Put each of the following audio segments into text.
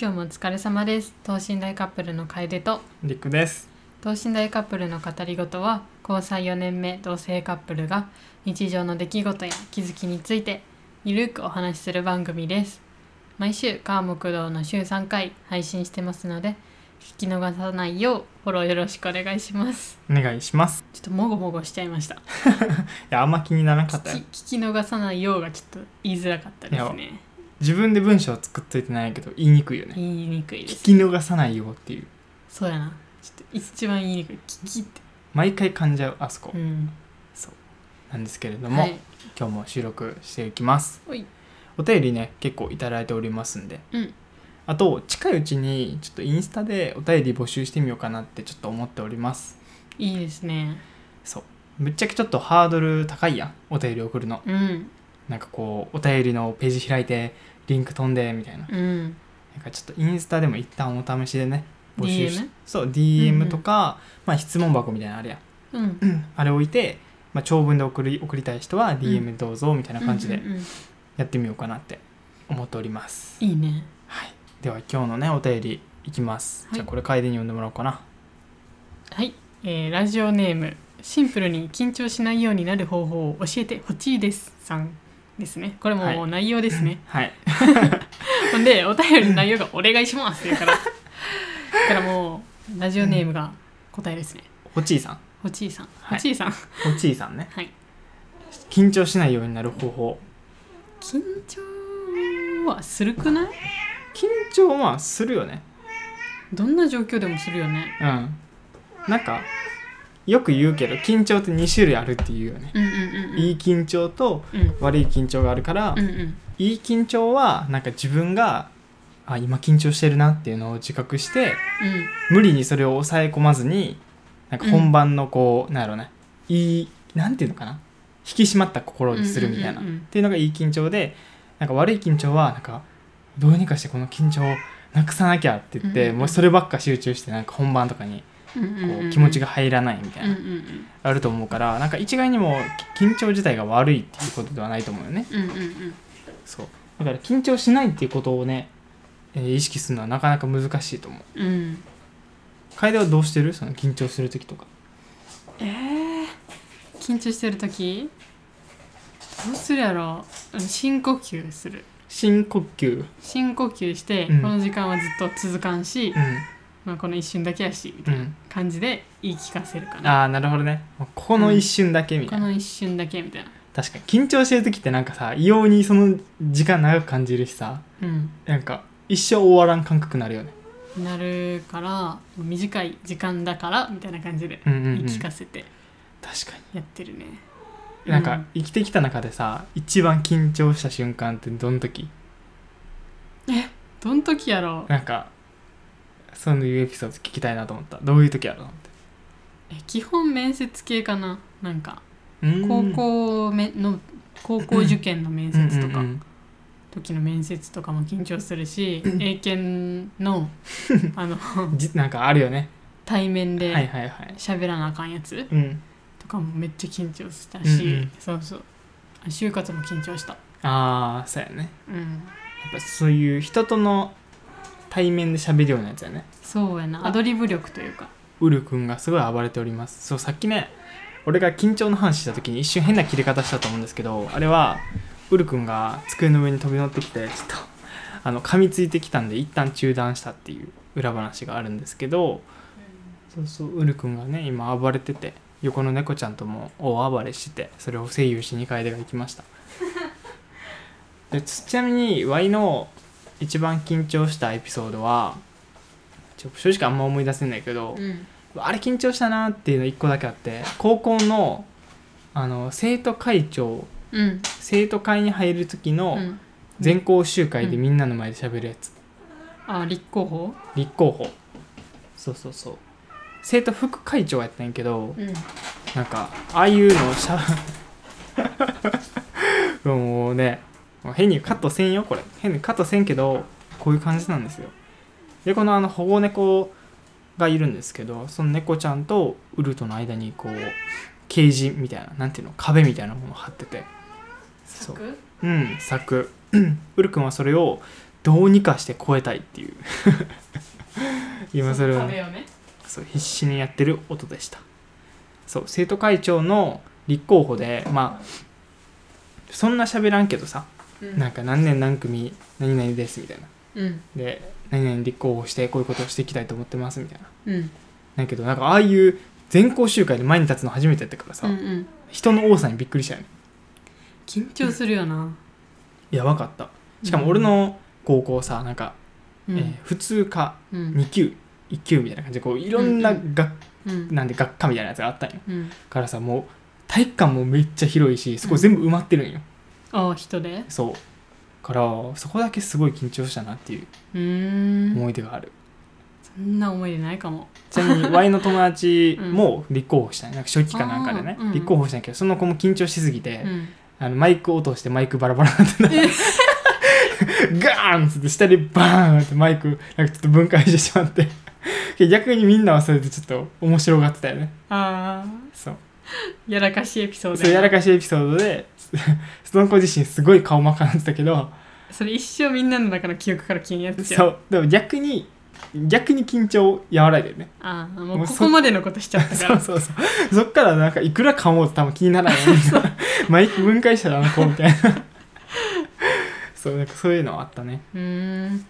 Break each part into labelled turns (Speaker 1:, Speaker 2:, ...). Speaker 1: 今日もお疲れ様です等身大カップルの楓と
Speaker 2: りくです
Speaker 1: 等身大カップルの語りごとは交際4年目同性カップルが日常の出来事や気づきについてゆるくお話しする番組です毎週川木道の週3回配信してますので聞き逃さないようフォローよろしくお願いします
Speaker 2: お願いします
Speaker 1: ちょっともごもごしちゃいました
Speaker 2: いやあんま気にならなかったよ
Speaker 1: 聞き聞き逃さないようがちょっと言いづらかったですね
Speaker 2: 自分で文章作っといてないけど言いにくいよね
Speaker 1: 言いにくいです
Speaker 2: 聞き逃さないよっていう
Speaker 1: そうやなちょっと一番言いにくい聞きって
Speaker 2: 毎回噛んじゃうあそこ
Speaker 1: うん
Speaker 2: なんですけれども、
Speaker 1: はい
Speaker 2: 今日も収録していきます
Speaker 1: ほい
Speaker 2: お便りね結構いただいておりますんで、
Speaker 1: うん
Speaker 2: あと近いうちにちょっとインスタでお便り募集してみようかなってちょっと思っております
Speaker 1: いいですね
Speaker 2: ぶっちゃけちょっとハードル高いやんお便り送るの
Speaker 1: うん
Speaker 2: なんかこうお便りのページ開いてリンク飛んでみたいな
Speaker 1: うん
Speaker 2: なんかちょっとインスタでも一旦お試しでね募集し
Speaker 1: DM
Speaker 2: そう
Speaker 1: うんうん
Speaker 2: DM とか、まあ、質問箱みたいなのあれやん
Speaker 1: うん
Speaker 2: あれ置いて、まあ、長文で送り送りたい人は DM どうぞみたいな感じで
Speaker 1: うんうんうん
Speaker 2: やってみようかなって思っております、
Speaker 1: いいね
Speaker 2: はい、では今日のねお便りいきます、
Speaker 1: はい
Speaker 2: じゃあこれ楓に読んでもらおうかな
Speaker 1: はい、えーラジオネームシンプルに緊張しないようになる方法を教えてほしいですさんですねこれももう内容ですね、
Speaker 2: はい
Speaker 1: ほんでお便りの内容が「お願いし ます」って言うからだからもうラジオネームが答えですね
Speaker 2: ほちいさん
Speaker 1: ほちいさん
Speaker 2: は
Speaker 1: ほ
Speaker 2: い
Speaker 1: ちいさん、
Speaker 2: ほちいさんね
Speaker 1: はい
Speaker 2: 緊張しないようになる方法
Speaker 1: 緊張はするくない
Speaker 2: 緊張はまあするよね
Speaker 1: どんな状況でもするよね
Speaker 2: うんなんかよく言うけど緊張って2種類あるっていうよね
Speaker 1: うんうんうんうん
Speaker 2: いい緊張と
Speaker 1: うん
Speaker 2: 悪い緊張があるから、
Speaker 1: うんうん
Speaker 2: いい緊張はなんか自分があ今緊張してるなっていうのを自覚して
Speaker 1: うん
Speaker 2: 無理にそれを抑え込まずになんか本番のこう、なんやろうねいいなんていうのかな引き締まった心にするみたいな、
Speaker 1: うんうんうんうん
Speaker 2: っていうのがいい緊張でなんか悪い緊張はなんかどうにかしてこの緊張をなくさなきゃって言って、
Speaker 1: うんうんうん
Speaker 2: もうそればっか集中してなんか本番とかに
Speaker 1: うん
Speaker 2: こ
Speaker 1: うんうん
Speaker 2: う気持ちが入らないみたい
Speaker 1: うん
Speaker 2: な、
Speaker 1: うんうん
Speaker 2: あると思うからなんか一概にも緊張自体が悪いっていうことではないと思うよね。
Speaker 1: うんうんうん
Speaker 2: そうだから緊張しないっていうことをね、えー意識するのはなかなか難しいと思う
Speaker 1: うん
Speaker 2: 楓はどうしてるその緊張する時とか
Speaker 1: えー、緊張してる時どうするやろうん深呼吸する
Speaker 2: 深呼吸
Speaker 1: 深呼吸して、
Speaker 2: うん
Speaker 1: この時間はずっと続かんし、
Speaker 2: う
Speaker 1: まあ、この一瞬だけやしみた
Speaker 2: ん
Speaker 1: いうなん感じで言い聞かせるかな、
Speaker 2: ああなるほどねもうここの一瞬だけみた
Speaker 1: こ
Speaker 2: いな、
Speaker 1: の一瞬だけみたいな
Speaker 2: 確かに緊張してる時ってなんかさ異様にその時間長く感じるしさ
Speaker 1: うん
Speaker 2: なんか一生終わらん感覚になるよね
Speaker 1: なるから短い時間だからみたいな感じで
Speaker 2: うんうん、う
Speaker 1: 言
Speaker 2: ん、
Speaker 1: い聞
Speaker 2: 確か
Speaker 1: かせてやってるね、
Speaker 2: になん
Speaker 1: う
Speaker 2: か生きてきた中でさ一番緊張した瞬間ってどの時
Speaker 1: どん時やろう
Speaker 2: なんかそういうエピソード聞きたいなと思ったどういう時やろうと
Speaker 1: え基本面接系かななんか
Speaker 2: 思
Speaker 1: 高
Speaker 2: って
Speaker 1: 校めの高校受験の面接とか、
Speaker 2: うんうんうん
Speaker 1: 時の面接とかも緊張するし英検 のあの
Speaker 2: じなんかあるよね、
Speaker 1: 対面
Speaker 2: はい
Speaker 1: で
Speaker 2: はいはい
Speaker 1: 喋らなあかんやつ
Speaker 2: うん
Speaker 1: とかもめっちゃ緊張したし、
Speaker 2: うんうん
Speaker 1: そうそう就活も緊張した、
Speaker 2: ああそうやねや
Speaker 1: うん、
Speaker 2: っぱそういう人との対面で喋るようなやつやね
Speaker 1: そうやなアドリブ力というか
Speaker 2: ウル君がすごい暴れておりますそうさっきね俺が緊張の話した時に一瞬変な切れ方したと思うんですけどあれはウル君が机の上に飛び乗ってきてちょっとあの噛みついてきたんで一旦中断したっていう裏話があるんですけどそうそうウル君がね今暴れてて横の猫ちゃんとも大暴れしててそれを声優しに楓が行きましたでちちなみに Y の一番緊張したエピソードはちょ正直あんま思い出せないけど、
Speaker 1: うん
Speaker 2: あれ緊張したなっていうの1個だけあって高校のあの生徒会長
Speaker 1: うん
Speaker 2: 生徒会に入る時
Speaker 1: う
Speaker 2: の
Speaker 1: ん
Speaker 2: 全校集会で
Speaker 1: うん
Speaker 2: みんなの前で喋るやつ、
Speaker 1: あ立候補
Speaker 2: 立候補そうそうそう生徒副会長やったんやけど
Speaker 1: うん
Speaker 2: なんかああいうのをしゃ もうねもう変にカットせんよこれ変にカットせんけどこういう感じなんですよでこのあの保護猫がいるんですけどその猫ちゃんとウルトの間にこうケージみたいななんていうの壁みたいなものを張っててそう
Speaker 1: 柵
Speaker 2: うん柵ウル君はそれをどうにかして超えたいっていう 今それをね
Speaker 1: 壁をね
Speaker 2: そう必死にやってる音でしたそう生徒会長の立候補でまあそんな喋らんけどさ
Speaker 1: うん
Speaker 2: なんか何年何組何々ですみたいな
Speaker 1: うん
Speaker 2: で何々立候補してこういうことをしていきたいと思ってますみたいな
Speaker 1: うん
Speaker 2: だけどなんかああいう全校集会で前に立つの初めてやったからさ、
Speaker 1: うんうん
Speaker 2: 人の多さにびっくりしたよね
Speaker 1: 緊張するよな
Speaker 2: やばかったしかも俺の高校さなんか、
Speaker 1: うん
Speaker 2: えー普通科
Speaker 1: うん
Speaker 2: 2級1級みたいな感じでこういろんな
Speaker 1: うんう
Speaker 2: 学、
Speaker 1: うん
Speaker 2: なんで学科みたいなやつがあったんよ
Speaker 1: うん
Speaker 2: からさもう体育館もめっちゃ広いしそこ全部埋まってるんよ、
Speaker 1: ああ人で
Speaker 2: そうからそこだけすごい緊張したなっていう
Speaker 1: うーん
Speaker 2: 思い出がある、
Speaker 1: そんな思い出ないかも
Speaker 2: ちなみに Y の 友達も立候補したんよなんか初期かなんかでね、
Speaker 1: あーうん
Speaker 2: 立候補したんやけどその子も緊張しすぎて、
Speaker 1: うん
Speaker 2: あのマイク落としてマイクバラバラになって なガーンっつって下でバーンってマイクなんかちょっと分解してしまって逆にみんなはそれでちょっと面白がってたよね
Speaker 1: ああ
Speaker 2: そう
Speaker 1: やらかしエピソード
Speaker 2: そうやらかしエピソードでその子自身すごい顔真っ赤になってたけど
Speaker 1: それ一生みんなの中の記憶から消えんやつじゃん
Speaker 2: そうでも逆に逆に緊張を和らいでるね
Speaker 1: ああも
Speaker 2: も
Speaker 1: う
Speaker 2: う
Speaker 1: こ
Speaker 2: そ
Speaker 1: こまでのことしちゃったか
Speaker 2: そう
Speaker 1: ら
Speaker 2: そうそうそっからなんかいくら噛もうと多分気にならないよねマイク分解したらあの子みたいなそうなんかそういうのはあったね
Speaker 1: うーん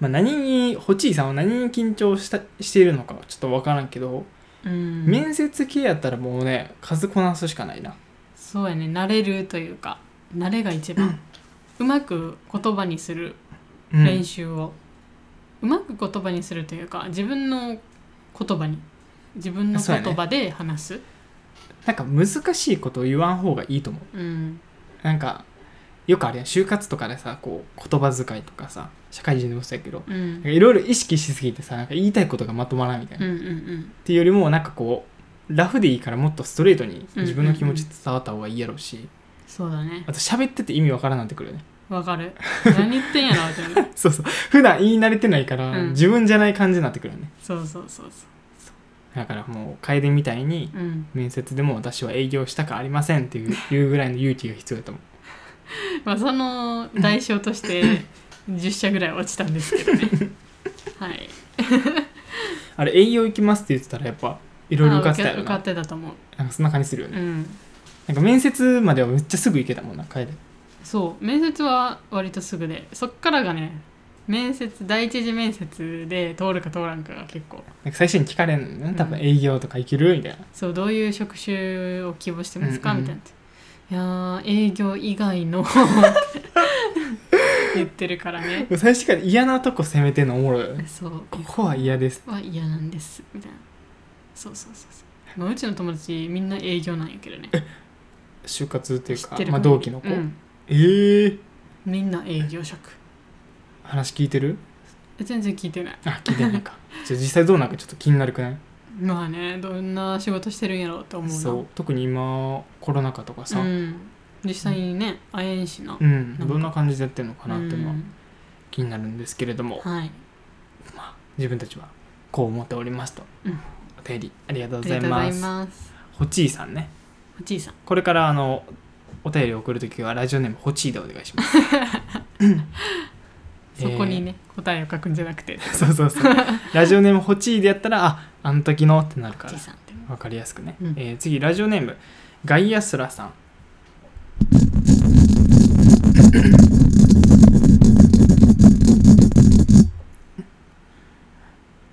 Speaker 2: まあ、何にホチーさんは何に緊張したしているのかちょっと分からんけど、
Speaker 1: うん
Speaker 2: 面接系やったらもうね数こなすしかないな
Speaker 1: そうやね慣れるというか慣れが一番うまく言葉にする
Speaker 2: うん
Speaker 1: 練習を、うまく言葉にするというか自分の言葉に自分の
Speaker 2: そうやね
Speaker 1: 言葉で話すう,、
Speaker 2: なんか難しいことを言わん方がいいと思うんなんかよくあれやん就活とかでさこう言葉遣いとかさ社会人でもそうやけど
Speaker 1: うんう
Speaker 2: なん
Speaker 1: ん
Speaker 2: かいろいろ意識しすぎてさなんか言いたいことがまとまらんみたいな、
Speaker 1: うんう
Speaker 2: っ
Speaker 1: ん
Speaker 2: ていうよりもなんかこうラフでいいからもっとストレートに自分の気持ち伝わった方がいいやろうし、
Speaker 1: そうだね
Speaker 2: あと喋ってて意味わからんなってくるよね
Speaker 1: わかる何言ってんやろって思う
Speaker 2: そうそう普段言い慣れてないから、
Speaker 1: うん
Speaker 2: 自分じゃない感じになってくるよね
Speaker 1: そうそうそうそ
Speaker 2: だからもう楓みたいに
Speaker 1: ううん
Speaker 2: 面接でも私は営業したくありませんっていういうぐらいの勇気が必要だと思
Speaker 1: まあその代償として10社ぐらい落ちたんですけど ねはいいう
Speaker 2: あれ営業行きますって言ってたらやっぱいろいろ受かってたよ
Speaker 1: 受か
Speaker 2: な
Speaker 1: ってたと思う
Speaker 2: なんかそんな感じするよ
Speaker 1: う
Speaker 2: ね
Speaker 1: ん
Speaker 2: なんか面接まではめっちゃすぐ行けたもんな楓
Speaker 1: そう面接は割とすぐでそっからがね面接第一次面接で通るか通らんかが結構
Speaker 2: なんか最初に聞かれるのよ
Speaker 1: うん
Speaker 2: ね多分営業とか行けるみたいな、
Speaker 1: そうどういう職種を希望してますか、
Speaker 2: うんうん
Speaker 1: みたいなっていやー営業以外 のって言ってるからね
Speaker 2: 最初から嫌なとこ攻めてんのおもろいよね
Speaker 1: そう
Speaker 2: ここは嫌です
Speaker 1: は嫌なんですみたいなそうそうそうそう、まあ、うちの友達みんな営業なんやけどね
Speaker 2: 就活っていう
Speaker 1: 知
Speaker 2: か
Speaker 1: ってる
Speaker 2: まあ、同期の子、
Speaker 1: うん
Speaker 2: えー、
Speaker 1: みんな営業職
Speaker 2: 話聞いてる
Speaker 1: 全然聞いてない
Speaker 2: あ聞いてない かじゃあ実際どうなんかちょっと気になるくない
Speaker 1: まあねどんな仕事してるんやろうと思うな
Speaker 2: そう特に今コロナ禍とかさ、
Speaker 1: うん、実際にね会えんしな
Speaker 2: うん、
Speaker 1: なんか
Speaker 2: どんな感じでやってるのかなっていうのは
Speaker 1: うん
Speaker 2: 気になるんですけれども、
Speaker 1: はい
Speaker 2: 自分たちはこう思っておりますと、
Speaker 1: うん
Speaker 2: お便りありがとう
Speaker 1: あ
Speaker 2: ご
Speaker 1: り
Speaker 2: ざ
Speaker 1: がと
Speaker 2: い
Speaker 1: うござ
Speaker 2: ま
Speaker 1: い
Speaker 2: す
Speaker 1: ます
Speaker 2: ほちいさんね
Speaker 1: おじいさん
Speaker 2: これからあのお便りを送るときはラジオネームほちいでお願いします
Speaker 1: そこにね、答えを書くんじゃなくて
Speaker 2: えー そうそうそうラジオネームほちいでやったらああの時のってなる
Speaker 1: お
Speaker 2: か
Speaker 1: じ
Speaker 2: ら
Speaker 1: いさんって
Speaker 2: わかりやすくね、
Speaker 1: うん
Speaker 2: えー次ラジオネームガイアスラさん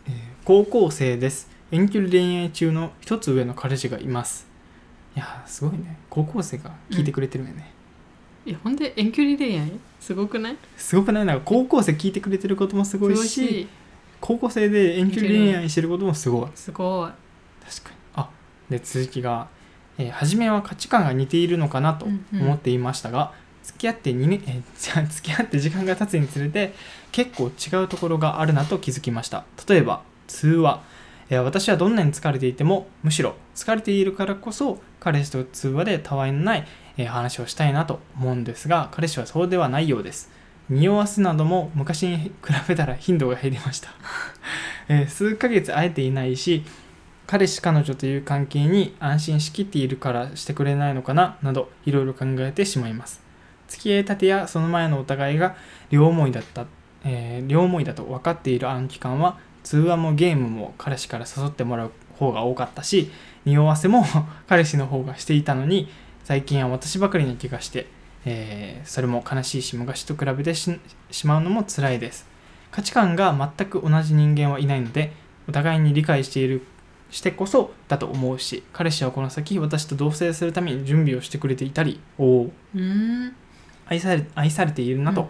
Speaker 2: えー高校生です遠距離恋愛中の一つ上の彼氏がいますいやーすごいね高校生が聞いてくれてるよね、
Speaker 1: いやほんで遠距離恋愛すごくない
Speaker 2: すごくないなんか高校生聞いてくれてることもすごいし高校生で遠距離恋愛してることもすごい
Speaker 1: すごい
Speaker 2: 確かにあで続きが、えー初めは価値観が似ているのかなと
Speaker 1: うんうん
Speaker 2: 思っていましたが、付き合って2年、えーじゃあ付き合って時間が経つにつれて結構違うところがあるなと気づきました例えば通話、えー私はどんなに疲れていてもむしろ疲れているからこそ彼氏と通話でたわいのない、えー話をしたいなと思うんですが彼氏はそうではないようです匂わすなども昔に比べたら頻度が減りました、 えー数ヶ月会えていないし彼氏彼女という関係に安心しきっているからしてくれないのかななどいろいろ考えてしまいます付き合いたてやその前のお互いが両思いだった、えー両思いだと分かっている暗記感は通話もゲームも彼氏から誘ってもらう方が多かったし匂わせも 彼氏の方がしていたのに最近は私ばかりな気がして、えーそれも悲しいし昔と比べてししまうのも辛いです価値観が全く同じ人間はいないのでお互いに理解しているしてこそだと思うし彼氏はこの先私と同棲するために準備をしてくれていたりおー
Speaker 1: うーん
Speaker 2: 愛され愛されているなと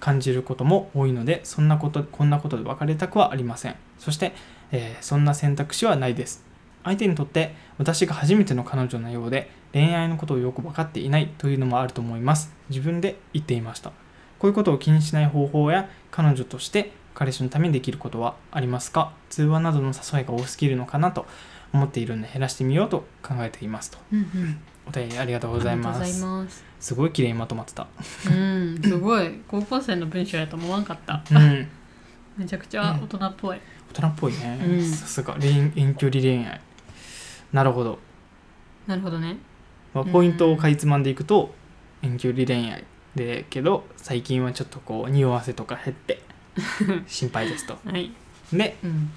Speaker 2: 感じることも多いのでそんなことこんなことで別れたくはありませんそして、えーそんな選択肢はないです相手にとって私が初めての彼女のようで恋愛のことをよく分かっていないというのもあると思います自分で言っていましたこういうことを気にしない方法や彼女として彼氏のためにできることはありますか通話などの誘いが多すぎるのかなと思っているので減らしてみようと考えていますと
Speaker 1: うんうん
Speaker 2: お便りありがとう
Speaker 1: う
Speaker 2: ご
Speaker 1: ん
Speaker 2: ざい
Speaker 1: あ
Speaker 2: ま
Speaker 1: りがとうござい
Speaker 2: す
Speaker 1: ます
Speaker 2: すごい綺麗にまとまってた
Speaker 1: うんすごい高校生の文章やと思わんかった
Speaker 2: うん
Speaker 1: めちゃくちゃ大人っぽい
Speaker 2: 大人っぽいね、
Speaker 1: うん
Speaker 2: さすが恋遠距離恋愛なるほど、
Speaker 1: なるほどね
Speaker 2: まあ、
Speaker 1: うん
Speaker 2: ポイントをかいつまんでいくと遠距離恋愛でけど最近はちょっとこう匂わせとか減って 心配ですと
Speaker 1: はい
Speaker 2: で、
Speaker 1: うん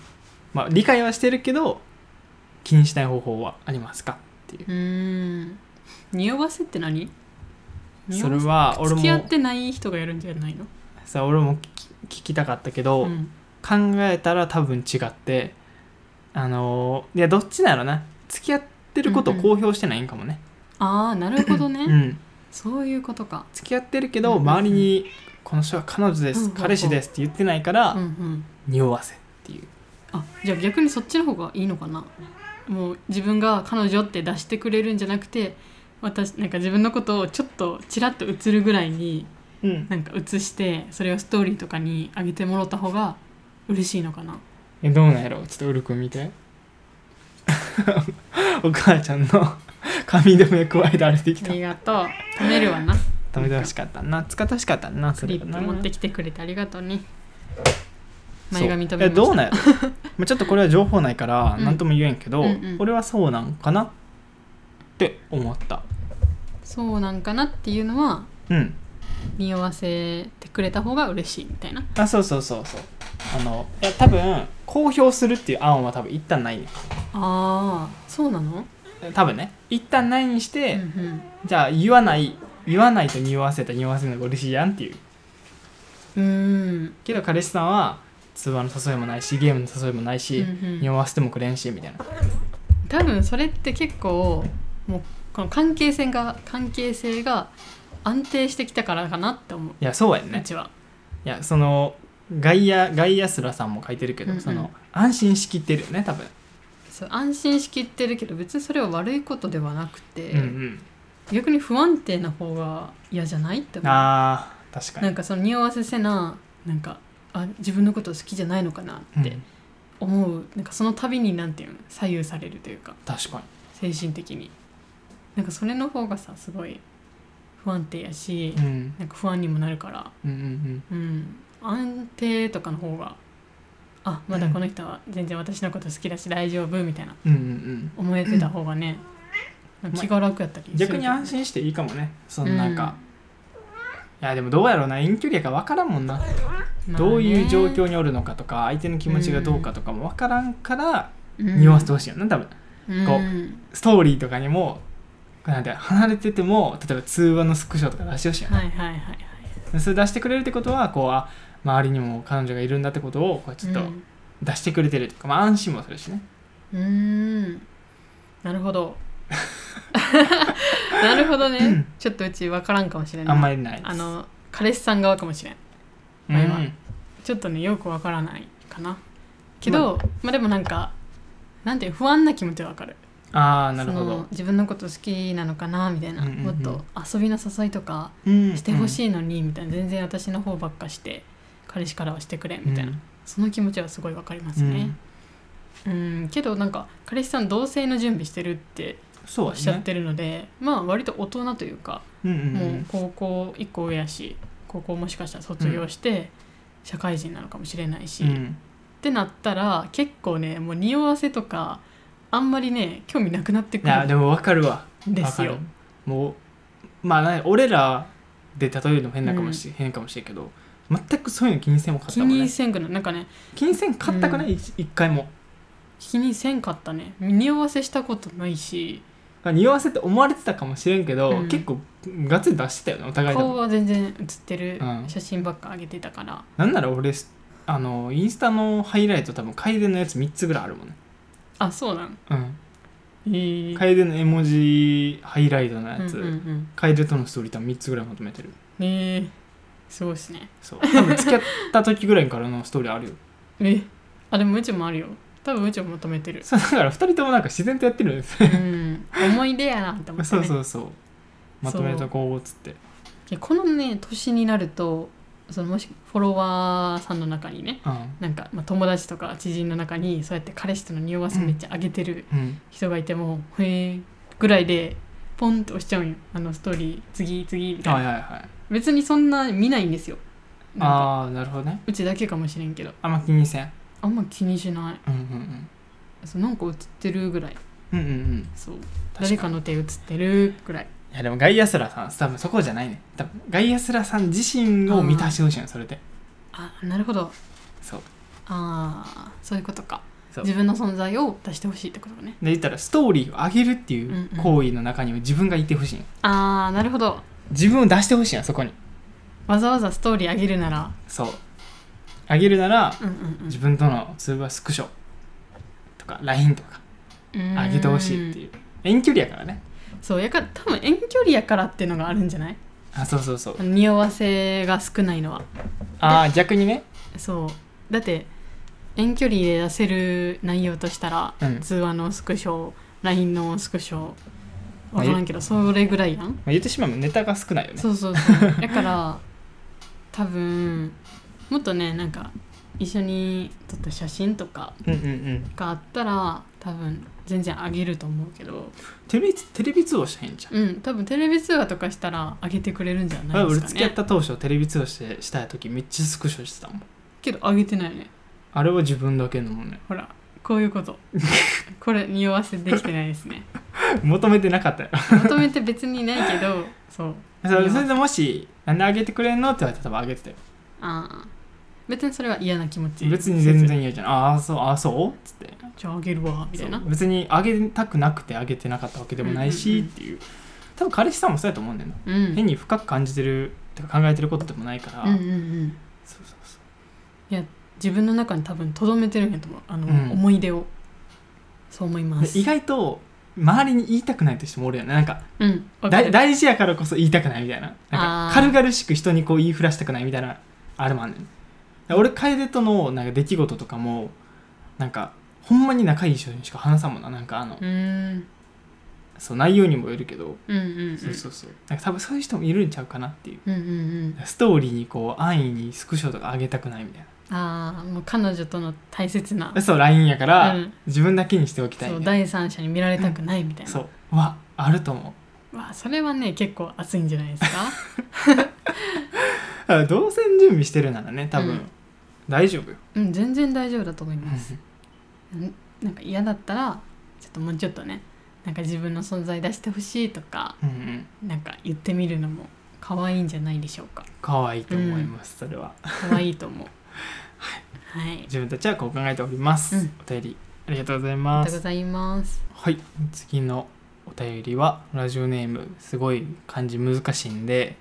Speaker 2: まあ、理解はしてるけど気にしない方法はありますかっていう
Speaker 1: うーん匂わせって何匂
Speaker 2: そ
Speaker 1: わ
Speaker 2: れ
Speaker 1: せ
Speaker 2: は俺
Speaker 1: 付き合っ
Speaker 2: も
Speaker 1: てない人がやるんじゃないの
Speaker 2: さ俺も聞き聞きたかったけど、
Speaker 1: うん
Speaker 2: 考えたら多分違ってあのーいやどっちなのな付き合ってることを公表してないんかもね、
Speaker 1: ああなるほどね、
Speaker 2: うん、
Speaker 1: そういうことか
Speaker 2: 付き合ってるけ
Speaker 1: うん
Speaker 2: ど
Speaker 1: うんうん
Speaker 2: 周りに「この人は彼女で
Speaker 1: うんう
Speaker 2: す
Speaker 1: んうん
Speaker 2: 彼氏です」って言ってないか
Speaker 1: うんう
Speaker 2: ら
Speaker 1: ん
Speaker 2: 匂わせっていう
Speaker 1: あじゃあ逆にそっちの方がいいのかなもう自分が彼女って出してくれるんじゃなくて私なんか自分のことをちょっとちらっと映るぐらいに
Speaker 2: うん
Speaker 1: なんか映してそれをストーリーとかに上げてもらった方が嬉しいのかな
Speaker 2: えどうなんやろちょっとウル君見て お母ちゃんの 髪留め加えられてき
Speaker 1: あ
Speaker 2: た
Speaker 1: りがとう止めるわな
Speaker 2: 食べてほしかったな使ってほしかったなそ
Speaker 1: ク
Speaker 2: れ
Speaker 1: リ
Speaker 2: が
Speaker 1: ッ
Speaker 2: な
Speaker 1: プ持ってきてくれてありがとうね
Speaker 2: そう
Speaker 1: 前髪留め
Speaker 2: え
Speaker 1: ました
Speaker 2: どうなん やろまあちょっとこれは情報ないから
Speaker 1: うん
Speaker 2: 何とも言えんけど、
Speaker 1: うんうん
Speaker 2: 俺はそうなんかなって思った
Speaker 1: そうなんかなっていうのは
Speaker 2: うん
Speaker 1: 匂わせてくれた方が嬉しいみたいな
Speaker 2: あそうそうそうそうあのいや多分公表するっていう案は多分一旦ないね
Speaker 1: ああそうなの、
Speaker 2: 多分ね一旦ないにして、
Speaker 1: うんうん
Speaker 2: じゃあ言わない言わないと匂わせた匂わせるのが嬉しいやんっていう
Speaker 1: うーん
Speaker 2: けど彼氏さんは通話の誘いもないしゲームの誘いもないし、
Speaker 1: うんうん
Speaker 2: 匂わせてもくれんしみたいな
Speaker 1: 多分それって結構もうこの関係性が関係性が安定してきたからかなって思う、
Speaker 2: いやそうやん
Speaker 1: う
Speaker 2: ね
Speaker 1: ちはい
Speaker 2: やそのガイアガイアスラさんも書いてるけど、
Speaker 1: うんうん
Speaker 2: その安心しきってるよね多分、
Speaker 1: そう安心しきってるけど別にそれは悪いことではなくて、
Speaker 2: うん
Speaker 1: 逆に不安定な方が嫌じゃないって
Speaker 2: うん
Speaker 1: 思う
Speaker 2: あー確かに
Speaker 1: なんかその匂わせせななんかあ自分のこと好きじゃないのかなって、
Speaker 2: うん
Speaker 1: 思うなんかその度になんていうの左右されるというか
Speaker 2: 確かに
Speaker 1: 精神的になんかそれの方がさすごい不安定やし、
Speaker 2: うん
Speaker 1: なんか不安にもなるから
Speaker 2: うんうん
Speaker 1: うん安定とかの方があまだこの人は全然私のこと好きだし大丈夫みたいな
Speaker 2: うんうんうんうん
Speaker 1: 思えてた方がねなんか気が楽やったりする
Speaker 2: 逆に安心していいかもねそのなんか、いやでもどうやろうな遠距離やから分からんもんな
Speaker 1: まあね
Speaker 2: どういう状況におるのかとか相手の気持ちがどうかとかも分からんから
Speaker 1: うん
Speaker 2: 匂わせてほしいよな多分こう
Speaker 1: うん
Speaker 2: ストーリーとかにもなんて離れてても例えば通話のスクショとか出してほしいよ
Speaker 1: はいはいはいはい
Speaker 2: なそれ出してくれるってことはこうあ周りにも彼女がいるんだってことをこうちょっと
Speaker 1: うん
Speaker 2: 出してくれてるとか、まあ、安心もするしね
Speaker 1: うーんなるほ どなるほどねちょっとうち分からんかもしれない
Speaker 2: あんまりないです
Speaker 1: あの彼氏さん側かもしれん
Speaker 2: うん
Speaker 1: 前はちょっとねよく分からないかなけど、まあでもなんかなんていう不安な気持ちは分かる
Speaker 2: ああなるほ
Speaker 1: そ
Speaker 2: ど
Speaker 1: の自分のこと好きなのかなみたいな、
Speaker 2: うんうんうん
Speaker 1: もっと遊びの誘いとかしてほしいのに、みたいな全然私の方ばっかして彼氏からはしてくれんみたいな、その気持ちはすごい分かりますね、うんけどなんか彼氏さん同棲の準備してるって
Speaker 2: そう
Speaker 1: お
Speaker 2: や
Speaker 1: っしゃっ
Speaker 2: ね
Speaker 1: てるので、まあ割と大人というか、
Speaker 2: うんうんうん
Speaker 1: もう高校以降やし高校もしかしたら卒業して社会人なのかもしれないし、
Speaker 2: う
Speaker 1: っ
Speaker 2: ん
Speaker 1: てなったら結構ねもう匂わせとかあんまりね興味なくなって
Speaker 2: い
Speaker 1: くる
Speaker 2: や
Speaker 1: ん
Speaker 2: でも分かるわ
Speaker 1: ですよ
Speaker 2: わかる。もうまあな俺らで例えるのも変なかもし、変かもしれんけど全くそういうの気にせんも買っ
Speaker 1: 気
Speaker 2: たもん
Speaker 1: に
Speaker 2: ね
Speaker 1: せんくないなんかね
Speaker 2: 気にせん買ったくない、一一回も
Speaker 1: 気にせんかったね匂わせしたことないし
Speaker 2: 匂わせって思われてたかもしれんけど、
Speaker 1: うん
Speaker 2: 結構ガッツリ出してたよねお互い
Speaker 1: 顔
Speaker 2: の
Speaker 1: は全然写ってる
Speaker 2: うん
Speaker 1: 写真ばっか上げてたから、
Speaker 2: なんなら俺あのインスタのハイライト多分楓のやつ3つぐらいあるもんね
Speaker 1: あそうなん
Speaker 2: うん
Speaker 1: えー
Speaker 2: 楓の絵文字ハイライトのやつ、
Speaker 1: うんうんうん
Speaker 2: 楓とのストーリー多分3つぐらいまとめてる
Speaker 1: えー、すごいっすね
Speaker 2: そう多分付き合った時ぐらいからのストーリーあるよ
Speaker 1: えあでもうちもあるよ多分うちも求めてる
Speaker 2: そうだから2人ともなんか自然とやってるんです
Speaker 1: う
Speaker 2: ね
Speaker 1: ん思い出やなって思って、ね、
Speaker 2: そうそうそうまとめとこうっつって
Speaker 1: いやこのね年になるとそのもしフォロワーさんの中にね
Speaker 2: うん
Speaker 1: なんか、まあ、友達とか知人の中にそうやって彼氏との匂わせめっちゃ上げてる
Speaker 2: うん
Speaker 1: 人がいても、へえぐらいでポンって押しちゃうんよあのストーリー次次みたいな、
Speaker 2: はいはいはい
Speaker 1: 別にそんな見ないんですよなんか
Speaker 2: ああなるほどね
Speaker 1: うちだけかもしれんけど
Speaker 2: あんま気にせん
Speaker 1: あんま気にしな
Speaker 2: うんうん
Speaker 1: いそうなんか映ってるぐらい
Speaker 2: うんうんうんうん
Speaker 1: そう
Speaker 2: 確
Speaker 1: 誰かの手映ってるぐらい
Speaker 2: いやでもガイアスラさん多分そこじゃないね多分ガイアスラさん自身を満たしてほしいのそれで
Speaker 1: あなるほど
Speaker 2: そう
Speaker 1: ああそういうことか
Speaker 2: そう
Speaker 1: 自分の存在を出してほしいってことね
Speaker 2: で言ったらストーリーを上げるってい
Speaker 1: ん
Speaker 2: う
Speaker 1: うん
Speaker 2: 行為の中にも自分がいてほしいの
Speaker 1: ああなるほど
Speaker 2: 自分を出してほしいのそこに
Speaker 1: わざわざストーリー上げるなら
Speaker 2: そう上げるなら
Speaker 1: うんうんうん
Speaker 2: 自分との通話スクショとか LINE とか上げてほしいって
Speaker 1: う
Speaker 2: いう遠距離やからね
Speaker 1: ーんそうやから多分遠距離やからっていうのがあるんじゃない
Speaker 2: あそうそうそう
Speaker 1: 匂わせが少ないのは
Speaker 2: ああ逆にね
Speaker 1: そうだって遠距離で出せる内容としたら、
Speaker 2: うん
Speaker 1: 通話のスクショ LINE のスクショわからんけどそれぐらいやん
Speaker 2: まあ言ってしまえばネタが少ないよね
Speaker 1: そうそうそうだから多分もっとねなんか一緒に撮った写真とか
Speaker 2: うんうんうん
Speaker 1: があったら多分全然あげると思うけど
Speaker 2: テレビテレビ通話したらいいんじゃん、
Speaker 1: うん多分テレビ通話とかしたらあげてくれるんじゃないで
Speaker 2: 俺
Speaker 1: すかね
Speaker 2: 付き合った当初テレビ通話してした時めっちゃスクショしてたもん
Speaker 1: けどあげてないよね
Speaker 2: あれは自分だけのも んね
Speaker 1: ほらこういうこと これ匂わせできてないです ね
Speaker 2: 求めてなかったよ
Speaker 1: 求めて別にないけどそう
Speaker 2: それ
Speaker 1: 匂わ
Speaker 2: そ
Speaker 1: せ
Speaker 2: れでもし「なんであげてくれんの?」って言われたら多分あげてたよ
Speaker 1: ああ別にそれは嫌な気持ち
Speaker 2: 別に全然嫌じゃんああそうああそうっつって
Speaker 1: じゃああげるわみたいな
Speaker 2: そう別にあげたくなくてあげてなかったわけでもないし、
Speaker 1: うんうんうん
Speaker 2: っていう多分彼氏さんもそうやと思うんだよな、
Speaker 1: うん
Speaker 2: 変に深く感じてるとか考えてることでもないから、
Speaker 1: うんうんうん
Speaker 2: そうそうそう
Speaker 1: 自分の中に多分とどめてるんやと思うあの、
Speaker 2: うん
Speaker 1: 思い出をそう思いま
Speaker 2: です意外と周りに言いたくないって人もおるよねなんか
Speaker 1: うんわか
Speaker 2: だ
Speaker 1: る
Speaker 2: 大事やからこそ言いたくないみたいな
Speaker 1: あ
Speaker 2: なん
Speaker 1: ー
Speaker 2: か軽々しく人にこう言いふらしたくないみたいなあれもあんねん俺楓とのなんか出来事とかもなんかほんまに仲いい人にしか話さんもんななんかあの、
Speaker 1: うーん
Speaker 2: そう内容にもよるけど、
Speaker 1: うんうんうん
Speaker 2: そうそうそうなんか多分そういう人もいるんちゃうかなっていう
Speaker 1: うんうんうん
Speaker 2: ストーリーにこう安易にスクショとか上げたくないみたい
Speaker 1: ああもう彼女との大切な
Speaker 2: なそう LINE やから、
Speaker 1: うん
Speaker 2: 自分だけにしておきたい
Speaker 1: そう
Speaker 2: みたい
Speaker 1: 第三者に見られたくないみたい
Speaker 2: な
Speaker 1: な、
Speaker 2: そううわあると思う
Speaker 1: わあそれはね結構熱いんじゃないです か
Speaker 2: だから動線準備してるならね多分、
Speaker 1: うん
Speaker 2: 大丈夫よ
Speaker 1: うん全然大丈夫だと思いますんなんか嫌だったらちょっともうちょっとねなんか自分の存在出してほしいとか
Speaker 2: うんうん
Speaker 1: なんか言ってみるのも可愛いんじゃないでしょうか
Speaker 2: 可愛いと思います、それは
Speaker 1: 可愛いと思うはい
Speaker 2: 自分たちはこう考えております、
Speaker 1: うん
Speaker 2: お便りありがとうござい
Speaker 1: あり
Speaker 2: ま
Speaker 1: がとう
Speaker 2: す
Speaker 1: ございます。
Speaker 2: はい次のお便りはラジオネームすごい漢字難しいんで、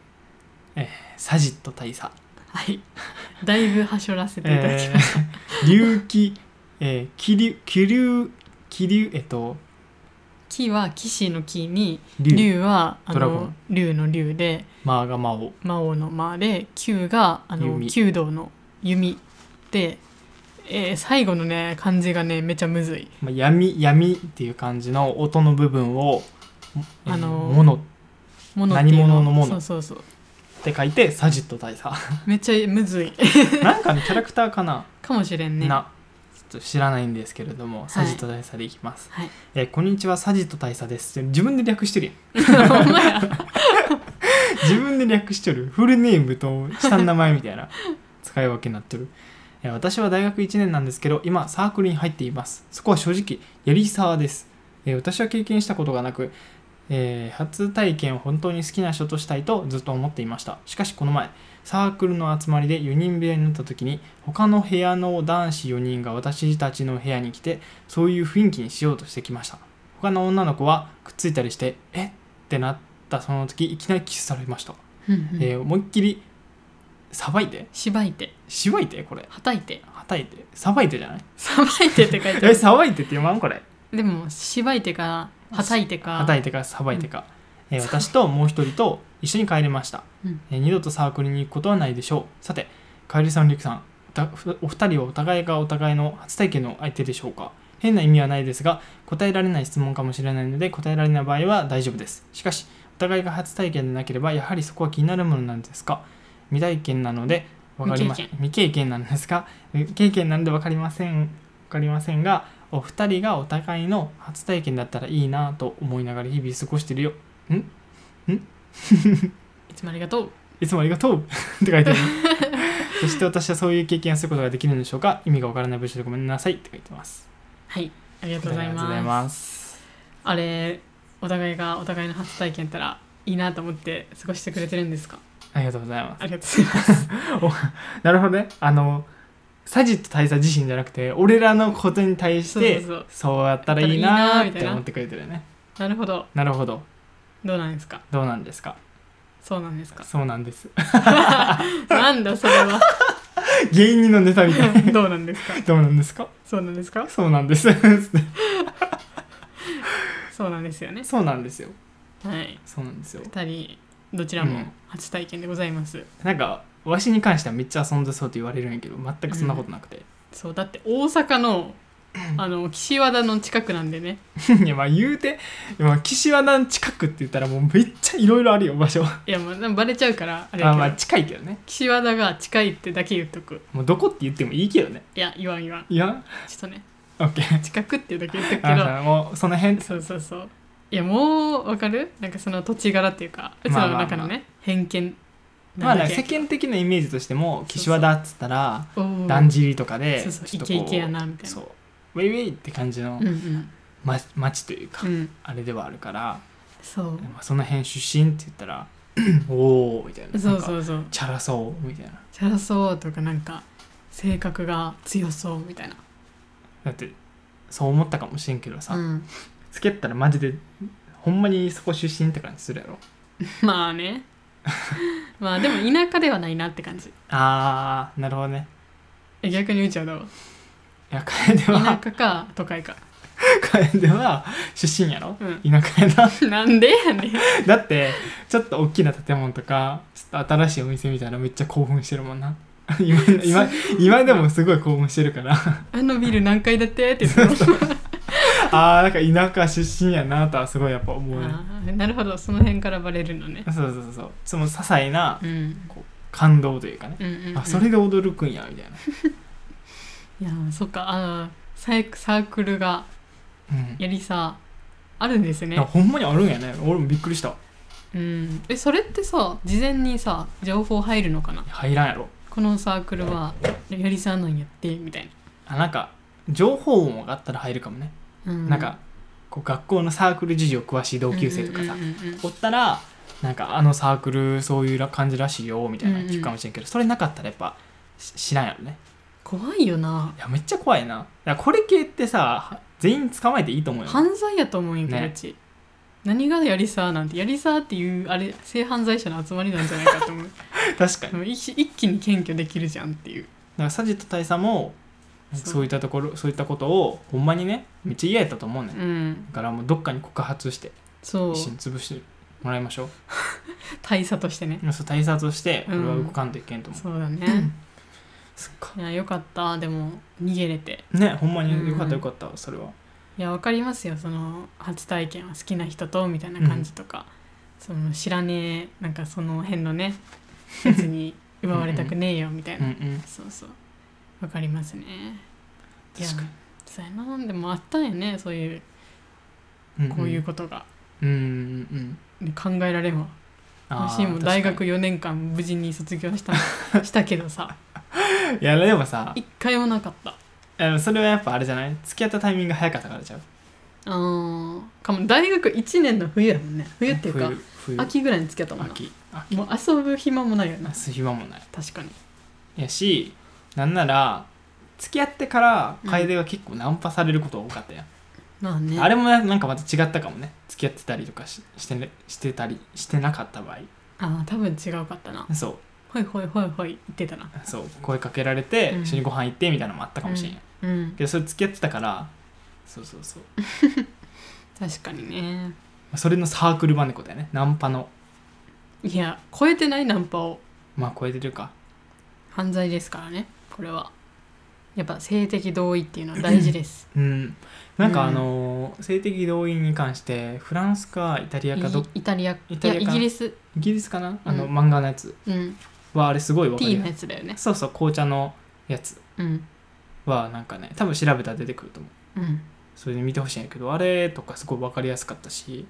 Speaker 2: えーサジット大佐
Speaker 1: はい。だいぶはしょらせていただきました。
Speaker 2: えー隆起えー気流気流気流えっと
Speaker 1: 木は騎士の木に、
Speaker 2: 竜
Speaker 1: 竜はあ
Speaker 2: ドラゴ
Speaker 1: の
Speaker 2: ン
Speaker 1: 竜の竜で、
Speaker 2: マーガマオ
Speaker 1: 魔王の魔で、弓があの
Speaker 2: 弓
Speaker 1: 弓道の弓で、えー最後のね漢字がねめちゃむずい。
Speaker 2: まあ闇闇っていう感じの音の部分を、えー
Speaker 1: あのー
Speaker 2: モノっ
Speaker 1: ものっていう
Speaker 2: 何者のもの
Speaker 1: そうそうそう。
Speaker 2: て書いてサジット大佐
Speaker 1: めっちゃむずい
Speaker 2: なんかのキャラクターかな、
Speaker 1: かもしれんね。
Speaker 2: なちょっと知らないんですけれども、
Speaker 1: い
Speaker 2: サジット大佐でいきます、
Speaker 1: はい。
Speaker 2: えーこんにちはサジット大佐です自分で略してるやん
Speaker 1: ほんまや。
Speaker 2: 自分で略してるフルネームと下の名前みたいな使い分けになってるえー私は大学1年なんですけど今サークルに入っていますそこは正直やりサーですえー私は経験したことがなくええー初体験を本当に好きな人としたいとずっと思っていましたしかしこの前サークルの集まりで4人部屋になった時に他の部屋の男子4人が私たちの部屋に来てそういう雰囲気にしようとしてきました他の女の子はくっついたりしてえってなったその時いきなりキスされました、
Speaker 1: うんうん
Speaker 2: えー思いっきりさばいて
Speaker 1: しばいて
Speaker 2: しばいてこれ
Speaker 1: はたいて
Speaker 2: はたいてさばいて じゃない
Speaker 1: さばいてって書いてあ
Speaker 2: え
Speaker 1: る
Speaker 2: さばいてって読まんこれ
Speaker 1: でもしばいてかはたいてか
Speaker 2: はたいてかさばいてか、えー私ともう一人と一緒に帰れました、
Speaker 1: うん
Speaker 2: えー二度とサークルに行くことはないでしょうさてカエルさんりくさんたお二人はお互いがお互いの初体験の相手でしょうか変な意味はないですが答えられない質問かもしれないので答えられない場合は大丈夫ですしかしお互いが初体験でなければやはりそこは気になるものなんですか未体験なのでわかりません未経験なんですが未経験なんで分かりませんわかりませんがお二人がお互いの初体験だったらいいなと思いながら日々過ごしてるよ
Speaker 1: いつもありがとう
Speaker 2: いつもありがとう って書いて あるそして私はそういう経験をすることができるんでしょうか意味がわからない文章でごめんなさいって書いてます
Speaker 1: はいありがとうございます
Speaker 2: す
Speaker 1: あれお互いがお互いの初体験やったらいいなと思って過ごしてくれてるんですか
Speaker 2: ありがとうございます
Speaker 1: ありがとうございます
Speaker 2: なるほどねあのサジと大佐自身じゃなくて俺らのことに対して
Speaker 1: そうそうそう
Speaker 2: やったらいいな
Speaker 1: やっ
Speaker 2: ーっ
Speaker 1: ら
Speaker 2: た
Speaker 1: いいなーみたい
Speaker 2: て
Speaker 1: な
Speaker 2: 思ってくれてるよね
Speaker 1: なるほど
Speaker 2: なるほど
Speaker 1: どうなんですか
Speaker 2: どうなんですか
Speaker 1: そうなんですか
Speaker 2: そうなんです
Speaker 1: なんだそれは
Speaker 2: 芸人のネタみ たい
Speaker 1: どうなんですか
Speaker 2: どうなんですか
Speaker 1: そうなんですか
Speaker 2: そうなんです
Speaker 1: そうなんですよね
Speaker 2: そうなんですよ
Speaker 1: はい
Speaker 2: そうなんですよ
Speaker 1: 二人どちらも
Speaker 2: うん
Speaker 1: 初体験でございます、
Speaker 2: なんかわしに関してはめっちゃ遊んでそうって言われるんやけど全くそんなことなくて、
Speaker 1: そうだって大阪のあの岸和田の近くなんでね
Speaker 2: いやまあ言うてまあ岸和田の近くって言ったらもうめっちゃいろいろあるよ場所は
Speaker 1: いやもうでもバレちゃうからあれや
Speaker 2: あ
Speaker 1: けど
Speaker 2: まあ近いけどね
Speaker 1: 岸和田が近いってだけ言っとく
Speaker 2: もうどこって言ってもいいけどね
Speaker 1: いや言わん言わんち
Speaker 2: いや
Speaker 1: ょっとね
Speaker 2: OK
Speaker 1: 近くっていうだけ言っとくけど
Speaker 2: あもうその辺
Speaker 1: そうそうそういやもうわかるなんかその土地柄っていうかうち
Speaker 2: ま
Speaker 1: ら
Speaker 2: あ
Speaker 1: の
Speaker 2: まあまあ
Speaker 1: 中のね、偏見
Speaker 2: まあ
Speaker 1: な
Speaker 2: なんん
Speaker 1: だ
Speaker 2: か
Speaker 1: け
Speaker 2: 世間的なイメージとしても岸和田っつったら
Speaker 1: おー
Speaker 2: だんじりとかで
Speaker 1: そうそう
Speaker 2: ち
Speaker 1: イ
Speaker 2: ょっと
Speaker 1: ケ
Speaker 2: こう
Speaker 1: イケやなみたいな
Speaker 2: そうウェイウェイって感じの
Speaker 1: うんうん
Speaker 2: ま町というか
Speaker 1: うん
Speaker 2: あれではあるから
Speaker 1: そう
Speaker 2: まあその辺出身って言ったら おおみたいな
Speaker 1: そ
Speaker 2: な
Speaker 1: うん
Speaker 2: か
Speaker 1: そうそう
Speaker 2: チャラそうみたいな
Speaker 1: チャラそうとかなんか性格が強そうみたいな
Speaker 2: だってそう思ったかもしれんけどさ、
Speaker 1: うん、
Speaker 2: つけたらマジでほんまにそこ出身って感じするやろ
Speaker 1: まあ ねまあでも田舎ではないなって感じ
Speaker 2: あーなるほどね
Speaker 1: え逆にうちはど う
Speaker 2: いや楓
Speaker 1: 田
Speaker 2: は
Speaker 1: 舎か都会か
Speaker 2: 楓は出身やろ、
Speaker 1: うん
Speaker 2: 田舎やな
Speaker 1: なんでやねん
Speaker 2: だってちょっと大きな建物とかちょっと新しいお店みたいなのめっちゃ興奮してるもんな 今 今今でもすごい興奮してるから
Speaker 1: あのビル何階だってって言ってた
Speaker 2: ああんか田舎出身やなとはすごいやっぱ思うね
Speaker 1: あーなるほどその辺からバレるのね、
Speaker 2: そうそうそうその些細な
Speaker 1: うん、
Speaker 2: 感動というかね、
Speaker 1: うんうんうん
Speaker 2: あそれで驚くんやみたいな、
Speaker 1: いやーそっかあーサイサークルが
Speaker 2: うん
Speaker 1: やりさあるんです
Speaker 2: いや
Speaker 1: ね
Speaker 2: ほんまにあるんやね俺もびっくりした
Speaker 1: うんえそれってさ事前にさ情報入るのかな
Speaker 2: 入らんやろ
Speaker 1: このサークルはやりさんなんやってみたい
Speaker 2: あなんか情報音があったら入るかもね、
Speaker 1: な、うん
Speaker 2: なんかこう学校のサークル事情詳しい同級生とかさ、
Speaker 1: うんうんうんうんうん
Speaker 2: おったらなんかあのサークルそういう感じらしいよみたいな
Speaker 1: うんうん
Speaker 2: 聞くかもしれんけど、それなかったらやっぱし知らんやろね
Speaker 1: 怖いよない
Speaker 2: やめっちゃ怖いなだからこれ系ってさ全員捕まえていいと思うよ、ね、
Speaker 1: 犯罪やと思うんやけど、
Speaker 2: ね
Speaker 1: うち何がやりさなんてやりさっていうあれ性犯罪者の集まりなんじゃないかと思う
Speaker 2: 確かにだ
Speaker 1: で
Speaker 2: か
Speaker 1: も一一気に検挙できるじゃんっていう
Speaker 2: らサジと大佐も
Speaker 1: そう
Speaker 2: そういったところそういったことをほんまにねめっちゃ嫌やったと思うね、、
Speaker 1: うん
Speaker 2: だ
Speaker 1: ん
Speaker 2: からもうどっかに告発して
Speaker 1: そう
Speaker 2: 一緒に潰してもらいましょう
Speaker 1: 大佐としてね
Speaker 2: そう対策をして
Speaker 1: うん
Speaker 2: 俺は動かんといけんと思う、
Speaker 1: そうだね
Speaker 2: そっか
Speaker 1: いやよかったでも逃げれて
Speaker 2: ねほんまによかったよかった、それはい
Speaker 1: やわかりますよその初体験は好きな人とみたいな感じとか、その知らねえなんかその辺のねやつに奪われたくねえよみたい
Speaker 2: うん
Speaker 1: な
Speaker 2: うん
Speaker 1: そうそうわかりますねいや
Speaker 2: 確かに
Speaker 1: そうやなでもあったんやねそういう
Speaker 2: うんん
Speaker 1: こういうことが、
Speaker 2: うんうんうん
Speaker 1: ね考えられんわ
Speaker 2: あー
Speaker 1: 私も大学4年間無事に卒業した したけどさ
Speaker 2: 確かにいやでもさ
Speaker 1: 一回もなかった
Speaker 2: あのそれはやっぱあれじゃない付き合ったタイミングが早かったからちゃう
Speaker 1: ああかも大学1年の冬やもんね冬っていうか
Speaker 2: 冬冬
Speaker 1: 秋ぐらいにつけたもんな
Speaker 2: 秋秋
Speaker 1: もう遊ぶ暇もないよね
Speaker 2: なす暇もない
Speaker 1: 確かに
Speaker 2: やしなんなら付き合ってから楓は結構ナンパされることが多かったやん、
Speaker 1: まあね
Speaker 2: あれもななんかまた違ったかもね付き合ってたりとかしして,、ね、してたりしてなかった場合
Speaker 1: あー多分違うかったな
Speaker 2: そう
Speaker 1: ほいほいほいほい言ってたな
Speaker 2: そう声かけられて、
Speaker 1: うん
Speaker 2: 一緒にご飯行ってみたいなのもあったかもしれんや、
Speaker 1: うん
Speaker 2: けどそれ付き合ってたからそうそうそうま
Speaker 1: 確かにね
Speaker 2: あそれのサークルマネコだよねナンパの
Speaker 1: いや超えてないナンパを
Speaker 2: まあ超えてるか
Speaker 1: 犯罪ですからねこれはやっぱ性的同意っていうのは大事です
Speaker 2: うんなんか
Speaker 1: うん
Speaker 2: あのー性的同意に関してフランスかイタリアかどっ
Speaker 1: イイタリア
Speaker 2: イタリア
Speaker 1: い
Speaker 2: か
Speaker 1: やイギリス、
Speaker 2: イギリスかなあの、
Speaker 1: うん
Speaker 2: 漫画のやつ
Speaker 1: うん、
Speaker 2: はあれすごいわか
Speaker 1: T
Speaker 2: りや
Speaker 1: の
Speaker 2: すい
Speaker 1: やつだよね
Speaker 2: そうそう紅茶のやつ
Speaker 1: うん
Speaker 2: はなんかね多分調べたら出てくると思う
Speaker 1: うん
Speaker 2: それで見てほしいんやけどあれとかすごいわかりやすかったし、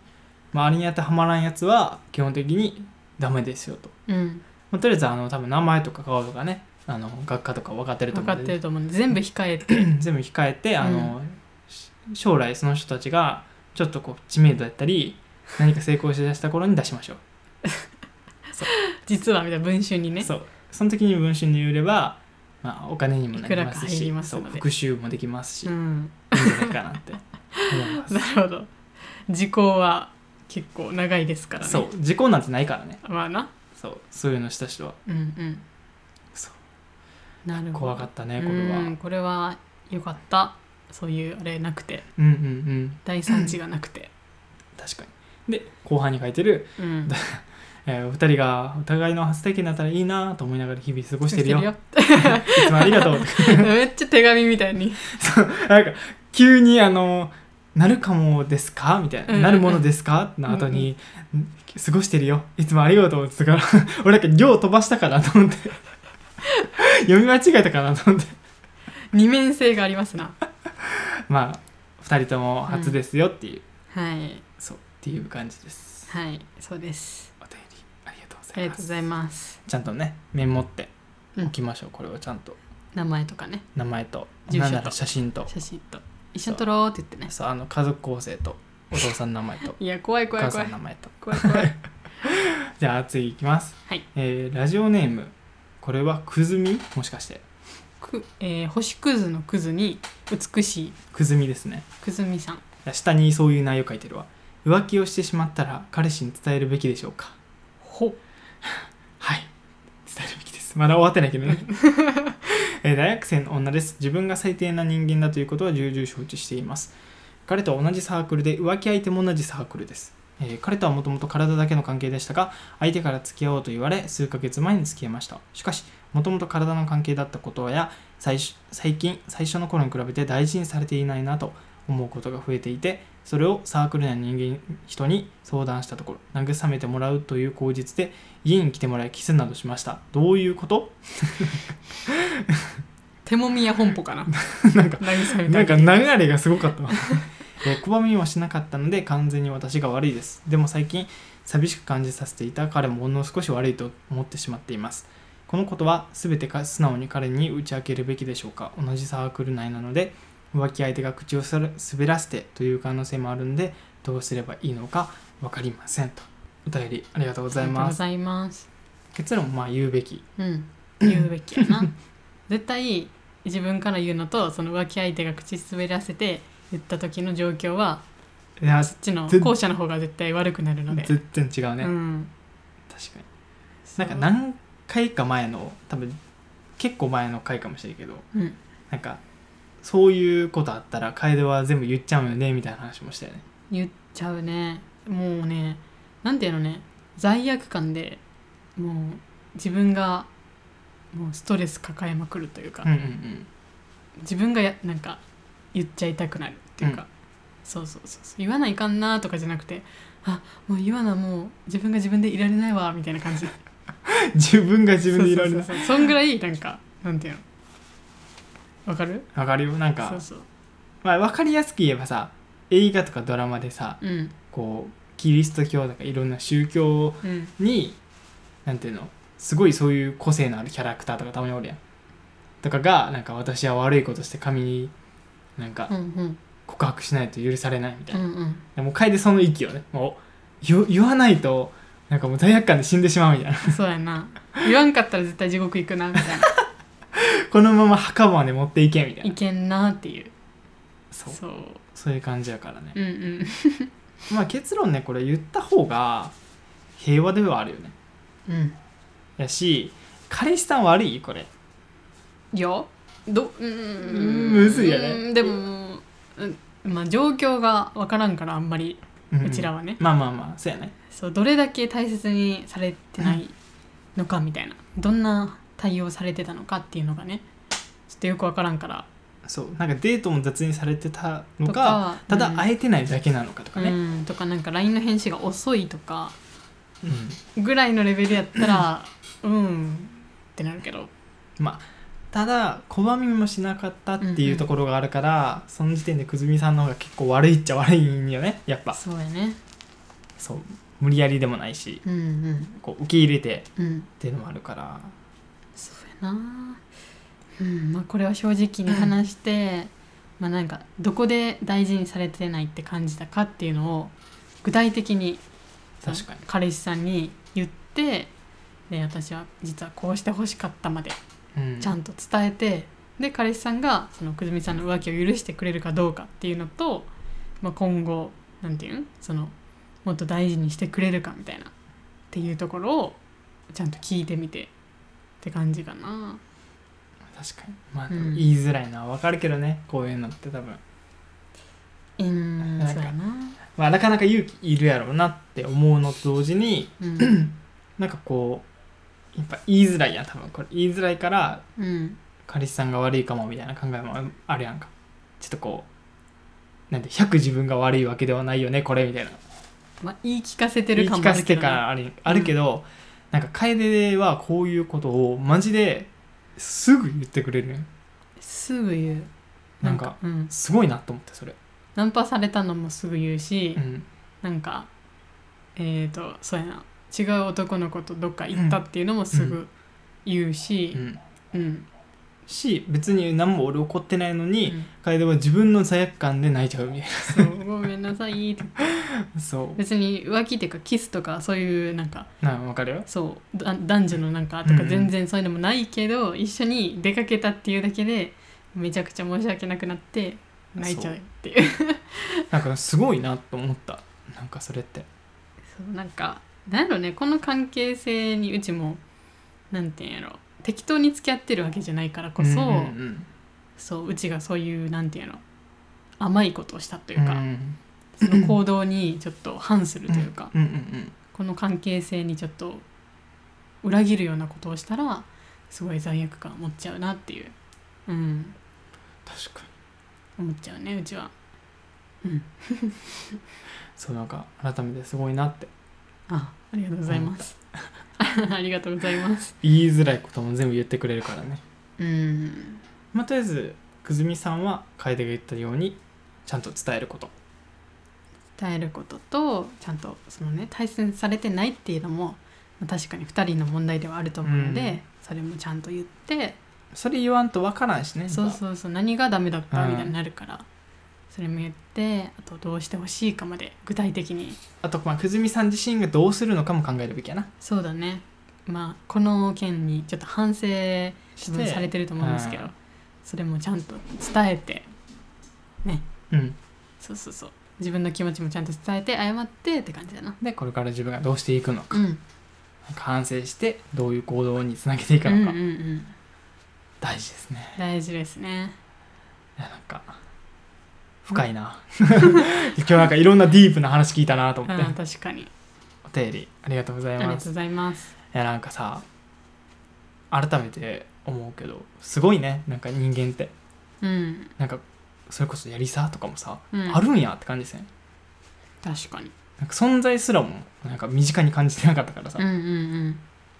Speaker 2: まあ、あれに当てはまらんやつは基本的にダメですよと、
Speaker 1: うん
Speaker 2: まあ、とりあえずあの多分名前とか顔とかねあの学科とか分かってると
Speaker 1: 分
Speaker 2: 思
Speaker 1: か
Speaker 2: う
Speaker 1: っ
Speaker 2: ん
Speaker 1: て
Speaker 2: で
Speaker 1: ると思うんで全部控えて
Speaker 2: 全部控えてあの、し将来その人たちがちょっとこう知名度だったり何か成功しだした頃に出しましょう
Speaker 1: 実はみたいな文集にね
Speaker 2: そうその時に文春で売れば、まあ、お金にもなります
Speaker 1: いくらか入
Speaker 2: し
Speaker 1: ります
Speaker 2: そ
Speaker 1: の
Speaker 2: う
Speaker 1: で
Speaker 2: 復習もできますし、
Speaker 1: う
Speaker 2: い
Speaker 1: ん
Speaker 2: いんじゃないか なって思いま
Speaker 1: なるほど時効は結構長いですからね
Speaker 2: すそう時効なんてないからね
Speaker 1: まあな
Speaker 2: そうそういうのした人は
Speaker 1: うんうん
Speaker 2: そう
Speaker 1: なるほど
Speaker 2: 怖か
Speaker 1: っ
Speaker 2: ったねこれはうん
Speaker 1: これはよかったそういうあれなくて
Speaker 2: うんうん
Speaker 1: 大惨事がなくて
Speaker 2: 確かにで後半に書いてる、
Speaker 1: うん
Speaker 2: えーお二人がお互いの初体験だったらいいなと思いながら日々過ごしてるよ
Speaker 1: 過
Speaker 2: いつもありがとう
Speaker 1: めっちゃ手紙みたいに
Speaker 2: なんか急にあのなるかもですかみたいな、
Speaker 1: うんうん
Speaker 2: なるものですかの後に、ん過ごしてるよいつもありがとうって言ったから 俺なんか行飛ばしたかなと思って 読み間違えたかなと思って
Speaker 1: 二面性がありますな
Speaker 2: まあ二人とも初ですよっていう、
Speaker 1: はい
Speaker 2: そうっていう感じです
Speaker 1: はいそうです
Speaker 2: お便りありがとうご
Speaker 1: あ
Speaker 2: ざ
Speaker 1: り
Speaker 2: い
Speaker 1: が
Speaker 2: ま
Speaker 1: とうご
Speaker 2: す
Speaker 1: ざいます
Speaker 2: ちゃんとねメモって
Speaker 1: うん
Speaker 2: おきましょう、これをちゃんと
Speaker 1: 名前とかね
Speaker 2: 名前と
Speaker 1: 住所と
Speaker 2: なんなら写真と
Speaker 1: 写真と一緒に撮ろうって言ってね
Speaker 2: そうあの家族構成とお父さんの名前と
Speaker 1: いや怖い
Speaker 2: お
Speaker 1: 怖い
Speaker 2: 母
Speaker 1: 怖い
Speaker 2: さんの名前と
Speaker 1: 怖い怖い
Speaker 2: じゃあ次いきます、
Speaker 1: はい
Speaker 2: えーラジオネームこれはくずみもしかして
Speaker 1: く、えー、星屑の屑に美しい
Speaker 2: くずみですね
Speaker 1: くずみさん
Speaker 2: いや下にそういう内容書いてるわ浮気をしてしまったら彼氏に伝えるべきでしょうか
Speaker 1: ほ
Speaker 2: はい伝えるべきですまだ終わってないけどねえー大学生の女です自分が最低な人間だということは重々承知しています彼とは同じサークルで浮気相手も同じサークルです、えー彼とはもともと体だけの関係でしたが相手から付き合おうと言われ数ヶ月前に付き合いましたしかしもともと体の関係だったことや最初最近最初の頃に比べて大事にされていないなと思うことが増えていてそれをサークル内の人間人に相談したところ慰めてもらうという口実で家に来てもらいキスなどしましたどういうこと
Speaker 1: 手もみや本舗かな
Speaker 2: なんか
Speaker 1: 渚みた
Speaker 2: なん
Speaker 1: い
Speaker 2: か
Speaker 1: な
Speaker 2: 流れがすごか ったわえー拒みはしなかったので完全に私が悪いですでも最近寂しく感じさせていた彼もほんの少し悪いと思ってしまっていますこのことは全てか素直に彼に打ち明けるべきでしょうか同じサークル内なので浮気相手が口をする滑らせてという可能性もあるんでどうすればいいのか分かりませんとお便りありがとうござい
Speaker 1: ありがとう
Speaker 2: ま
Speaker 1: ご
Speaker 2: す
Speaker 1: ざいます
Speaker 2: 結論まあ言うべき
Speaker 1: うん言うべきや な絶対自分から言うのとその浮気相手が口滑らせて言った時の状況はい
Speaker 2: や
Speaker 1: そっちの
Speaker 2: 全
Speaker 1: 後者の方が絶対悪くなるので、
Speaker 2: 全然違うね、
Speaker 1: うん
Speaker 2: 確かになんか何回か前の多分結構前の回かもしれんけど
Speaker 1: うん
Speaker 2: なんかそういうことあったら楓は全部言っちゃうよねみたいな話もしたよね
Speaker 1: 言っちゃうねもうねなんていうのね罪悪感でもう自分がもうストレス抱えまくるというか、
Speaker 2: うんうんうん
Speaker 1: 自分がやなんか言っちゃいたくなるっていうか、
Speaker 2: う
Speaker 1: そうそうそうそう言わないかんなとかじゃなくてあもう言わなもう自分が自分でいられないわみたいな感じ
Speaker 2: 自分 が自分でいられ
Speaker 1: そ
Speaker 2: な
Speaker 1: う
Speaker 2: い
Speaker 1: そうそうそんぐらいなんかなんていうのわかる
Speaker 2: わかるよなんか
Speaker 1: そうそう
Speaker 2: まあ、分かりやすく言えばさ映画とかドラマでさ
Speaker 1: うん
Speaker 2: こうキリスト教とかいろんな宗教
Speaker 1: うん
Speaker 2: になんていうのすごいそういう個性のあるキャラクターとかたまにおるやんとかがなんか私は悪いことして神になんか
Speaker 1: うんうん
Speaker 2: 告白しないと許されないみたい
Speaker 1: うん
Speaker 2: な、
Speaker 1: うん
Speaker 2: でもう楓その息をねもう言言わないとなんかもう罪悪感で死んでしまうみたいな
Speaker 1: そうやな言わんかったら絶対地獄行くなみたいな
Speaker 2: このまま墓まで持っていけみたい
Speaker 1: い
Speaker 2: な
Speaker 1: けんなっていう
Speaker 2: そう
Speaker 1: そう
Speaker 2: そういう感じやからね
Speaker 1: うんうん
Speaker 2: まあ結論ねこれ言った方が平和ではあるよね
Speaker 1: うん
Speaker 2: やし彼氏さん悪いこれ
Speaker 1: よどうーん
Speaker 2: むずいよね
Speaker 1: うんでも、うん、まあ状況がわからんからあんまりうちら
Speaker 2: は
Speaker 1: はね、
Speaker 2: まあまあまあそうやね
Speaker 1: そうどれだけ大切にされてないのかみたいなどんな対応されてたのかっていうのがねちょっとよくわからんから
Speaker 2: そうなんかデートも雑にされてたの
Speaker 1: と
Speaker 2: か
Speaker 1: か
Speaker 2: た
Speaker 1: う
Speaker 2: だ
Speaker 1: ん
Speaker 2: 会えてないだけなのかとかね、
Speaker 1: うん、とかなんか LINE の返信が遅いとか
Speaker 2: うん
Speaker 1: ぐらいのレベルやったらうんってなるけど
Speaker 2: まあただ拒みもしなかったっていうところがあるから、その時点でくずみさんの方が結構悪いっちゃ悪いんよねやっぱ
Speaker 1: そうやね
Speaker 2: そう無理やりでもないし
Speaker 1: うんうん
Speaker 2: こう受け入れて
Speaker 1: うん
Speaker 2: っていうのもあるから
Speaker 1: そうやなうんまあこれは正直に話して、まあなんかどこで大事にされてないって感じたかっていうのを具体的に
Speaker 2: 確かに
Speaker 1: 彼氏さんに言ってで私は実はこうしてほしかったまで
Speaker 2: うん
Speaker 1: ちゃんと伝えて、で彼氏さんがそのくずみさんの浮気を許してくれるかどうかっていうのと、まあ、今後なんていうんそのもっと大事にしてくれるかみたいなっていうところをちゃんと聞いてみてって感じかな。
Speaker 2: 確かにまあ、
Speaker 1: うん
Speaker 2: 言いづらいのはわかるけどねこういうのって多分
Speaker 1: うーん
Speaker 2: なん
Speaker 1: そ
Speaker 2: か
Speaker 1: うやな、
Speaker 2: まあなかなか勇気いるやろうなって思うのと同時に
Speaker 1: うん
Speaker 2: なんかこうやっぱ言いづらいやん多分これ言いづらいから
Speaker 1: うん、
Speaker 2: 彼氏さんが悪いかもみたいな考えもあるやんかちょっとこうなんで100自分が悪いわけではないよねこれみたいな
Speaker 1: まあ言い聞かせてる
Speaker 2: 言い
Speaker 1: 感も
Speaker 2: 聞
Speaker 1: あ
Speaker 2: か
Speaker 1: る
Speaker 2: せ
Speaker 1: け
Speaker 2: て
Speaker 1: ど
Speaker 2: か
Speaker 1: な
Speaker 2: らあるあるけど、なんか楓はこういうことをマジですぐ言ってくれるやん
Speaker 1: すぐ言う
Speaker 2: なんか
Speaker 1: うん、
Speaker 2: すごいなと思ってそれ、
Speaker 1: ナンパされたのもすぐ言うし、
Speaker 2: うん、
Speaker 1: なんかえっ、とそうやな違う男の子とどっか行ったっていうのもすぐ言うし
Speaker 2: う、ん、
Speaker 1: うん
Speaker 2: し別に何も俺怒ってないの
Speaker 1: う
Speaker 2: に、
Speaker 1: ん
Speaker 2: 楓は自分の罪悪感で泣いちゃうみたい
Speaker 1: そうごめんなさいって
Speaker 2: な そう
Speaker 1: 別に浮気っていうかキスとかそういうなんか
Speaker 2: なんかわかるよ
Speaker 1: そうだ男女のなんかと
Speaker 2: う
Speaker 1: か
Speaker 2: ん
Speaker 1: 全然そういうのもないけど、一緒に出かけたっていうだけでめちゃくちゃ申し訳なくなって泣いちゃうっていう
Speaker 2: なんかすごいなと思ったなんかそれって
Speaker 1: そうなんかなんやろねこの関係性にうちもなんていうんやろ適当に付き合ってるわけじゃないからこそ、
Speaker 2: うんうん
Speaker 1: そううちがそういうなんていうの甘いことをしたと
Speaker 2: と
Speaker 1: いうか、その行動にちょっと反するというか、
Speaker 2: うんうんうん
Speaker 1: この関係性にちょっと裏切るようなことをしたらすごい罪悪感を持っちゃうなっていう、うん、
Speaker 2: 確かに
Speaker 1: 思っちゃうねうちは
Speaker 2: そうなんか改めてすごいなって
Speaker 1: あありがとうございます、 ありがとうございます
Speaker 2: 言いづらいことも全部言ってくれるからね
Speaker 1: うん
Speaker 2: まあとりあえずくずみさんは楓が言ったようにちゃんと伝えること
Speaker 1: 伝えることとちゃんとそのね対戦されてないっていうのもまあ確かに2人の問題ではあると思うので、
Speaker 2: うん
Speaker 1: それもちゃんと言って
Speaker 2: それ言わんとわからんしね
Speaker 1: そうそうそう何がダメだった
Speaker 2: うん
Speaker 1: みたいになるから、それも言ってあとどうしてほしいかまで具体的に
Speaker 2: あとまあくずみさん自身がどうするのかも考えるべきやな
Speaker 1: そうだねまあこの件にちょっと反省多
Speaker 2: し
Speaker 1: 分されてると思うんですけど
Speaker 2: うん
Speaker 1: それもちゃんと伝えて
Speaker 2: うん
Speaker 1: そうそうそう自分の気持ちもちゃんと伝えて謝ってって感じだな
Speaker 2: でこれから自分がどうしていくのか
Speaker 1: うん
Speaker 2: なんか反省してどういう行動につなげていく
Speaker 1: うんうん
Speaker 2: の
Speaker 1: う
Speaker 2: か
Speaker 1: ん
Speaker 2: 大事ですね
Speaker 1: 大事ですね
Speaker 2: いやなんか深いな 今日なんかいろんなディープな話聞いたなと
Speaker 1: うん
Speaker 2: 思って
Speaker 1: 確かに
Speaker 2: お便りありがとうござ
Speaker 1: あ
Speaker 2: い
Speaker 1: りがと
Speaker 2: ま
Speaker 1: う
Speaker 2: す
Speaker 1: ございます
Speaker 2: いやなんかさ改めて思うけどすごいねなんか人間って
Speaker 1: うん、
Speaker 2: なんかそれこそやりさとかもさ、
Speaker 1: うん、
Speaker 2: あるんやって感じですね
Speaker 1: 確かに
Speaker 2: なんか存在すらもなんか身近に感じてなかったからさ、
Speaker 1: うんうんうん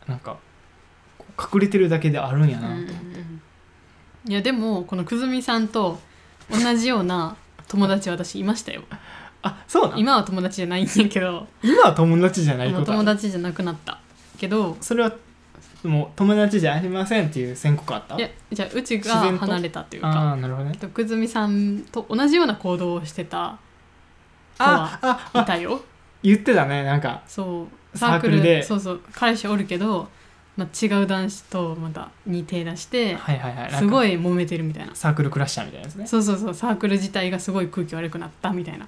Speaker 2: なんかこう隠れてるだけであるんやな
Speaker 1: う
Speaker 2: と
Speaker 1: んう
Speaker 2: 思っ
Speaker 1: ん
Speaker 2: て、
Speaker 1: うんいやでもこのくずみさんと同じような友達私いましたよ
Speaker 2: あそうなん
Speaker 1: 今は友達じゃないんやけど
Speaker 2: 今は友達じゃない
Speaker 1: も
Speaker 2: こ
Speaker 1: う
Speaker 2: とあ
Speaker 1: 友
Speaker 2: る
Speaker 1: 達じゃなくなったけど
Speaker 2: それはもう友達じゃありませんっていう宣告あった
Speaker 1: いやじゃあうちが
Speaker 2: 自然と
Speaker 1: 離れたという
Speaker 2: あ
Speaker 1: か
Speaker 2: あなるほどね
Speaker 1: 徳積さんと同じような行動をしてた子
Speaker 2: あ
Speaker 1: は
Speaker 2: あ
Speaker 1: い
Speaker 2: あ
Speaker 1: たよ
Speaker 2: 言ってたねなんか
Speaker 1: そう
Speaker 2: サークルで
Speaker 1: そうそう彼氏おるけど、まあ、違う男子とまたに手出して
Speaker 2: はいはいはい
Speaker 1: すご
Speaker 2: い
Speaker 1: い揉めてるみたいな
Speaker 2: サークルクラッシャーみたいなやつね
Speaker 1: そうそうそうサークル自体がすごい空気悪くなったみたいな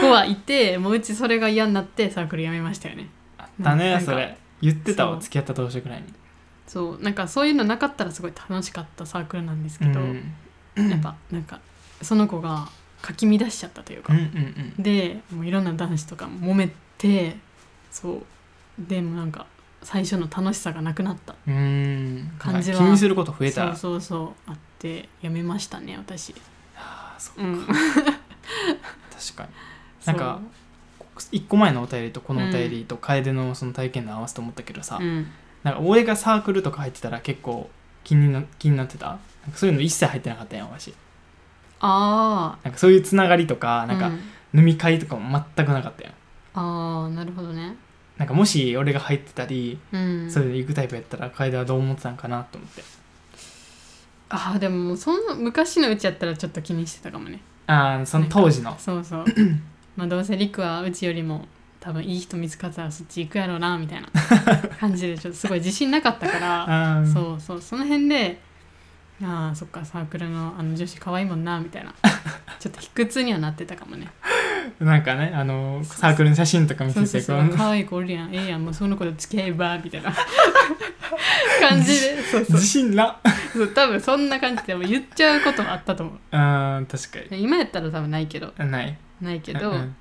Speaker 1: 子はいてもううちそれが嫌になってサークル辞めましたよね
Speaker 2: あっ
Speaker 1: な
Speaker 2: たね
Speaker 1: んか
Speaker 2: それ言ってた
Speaker 1: そ
Speaker 2: わ
Speaker 1: う
Speaker 2: 付き合った当初くらいに
Speaker 1: そうなんかそういうのなかったらすごい楽しかったサークルなんですけ
Speaker 2: う
Speaker 1: ど、
Speaker 2: ん
Speaker 1: やっぱなんかその子がかき乱しちゃったという
Speaker 2: う
Speaker 1: か
Speaker 2: んう、ん
Speaker 1: でもういろんな男子とかも揉めてそうでもなんか最初の楽しさがなくなった
Speaker 2: うんうん
Speaker 1: 感じは
Speaker 2: 気にすること増えた
Speaker 1: そうそうそうあってやめましたね私
Speaker 2: あーそう
Speaker 1: うん
Speaker 2: 確かに
Speaker 1: そう
Speaker 2: なんか一個前のお便りとこのお便りと楓のその体験談合わせと思ったけどさ、
Speaker 1: うん
Speaker 2: なんか俺がサークルとか入ってたら結構気にな気になってたなんかそういうの一切入ってなかったやんわし
Speaker 1: あ
Speaker 2: なんかそういうつながりとか
Speaker 1: あ
Speaker 2: なん
Speaker 1: う
Speaker 2: か飲み会とかも全くなかったやん
Speaker 1: ああなるほどね
Speaker 2: なんかもし俺が入ってたり、
Speaker 1: うん
Speaker 2: そういうの行くタイプやったら楓はどう思ってたんかなと思って
Speaker 1: ああでももうその昔のうちやったらちょっと気にしてたかもね
Speaker 2: ああその当時の
Speaker 1: そう そうまあどうせりくはうちよりも多分いい人見つかったらそっち行くやろうなみた いな感じでちょっとすごい自信なかったから
Speaker 2: あー
Speaker 1: そうそうその辺でああそっかサークルのあの女子可愛いもんなみた いなちょっと卑屈にはなってたかもね
Speaker 2: なんかねあのーサークルの写真とか見せ
Speaker 1: そう
Speaker 2: て
Speaker 1: そうそ
Speaker 2: こう
Speaker 1: う可愛い子おるやんええやんもうその子と付き合えばみた いな感じで そうそう
Speaker 2: 自信な
Speaker 1: そう多分そんな感じでも言っちゃうこともあったと思う
Speaker 2: あー確か
Speaker 1: 今やったら多分ないけど
Speaker 2: にない
Speaker 1: ないけど、
Speaker 2: うんうん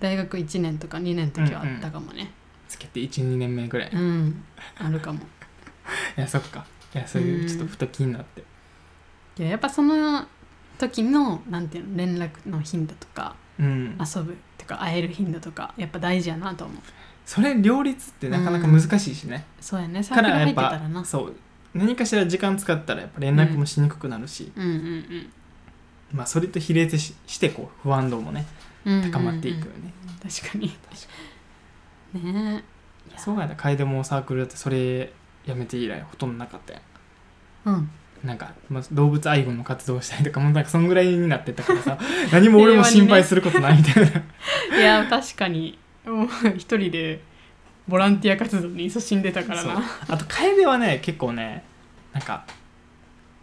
Speaker 1: 大学1年とか2年の時はあったかもね
Speaker 2: つけて12年目ぐらい
Speaker 1: うん、あるかも
Speaker 2: いやそっかいやそういうちょっとふと気になって
Speaker 1: いややっぱその時のなんていうの連絡の頻度とか
Speaker 2: うん
Speaker 1: 遊ぶとか会える頻度とかやっぱ大事やなと思う
Speaker 2: それ両立ってなかなか難しいしね、
Speaker 1: そうやねサー
Speaker 2: か
Speaker 1: クル
Speaker 2: らや
Speaker 1: 入
Speaker 2: っ
Speaker 1: ってたら
Speaker 2: ぱ
Speaker 1: な
Speaker 2: そう何かしら時間使ったらやっぱ連絡もしにくくなるし、
Speaker 1: うんうん
Speaker 2: まあそれと比例ししてこう不安度もね
Speaker 1: うんうん
Speaker 2: 高まっていくよね、
Speaker 1: うん確かに
Speaker 2: 確か
Speaker 1: ね
Speaker 2: にそうやな楓もサークルだってそれやめて以来ほとんどなかったやん
Speaker 1: えうん
Speaker 2: なんか、まあ、動物愛護の活動をしたりとかもなんかそんぐらいになってたからさ 何も俺も心配することないみたいな、
Speaker 1: いや確かにもう一人でボランティア活動に勤しんでたから
Speaker 2: そう
Speaker 1: な
Speaker 2: あと楓はね結構ねなんか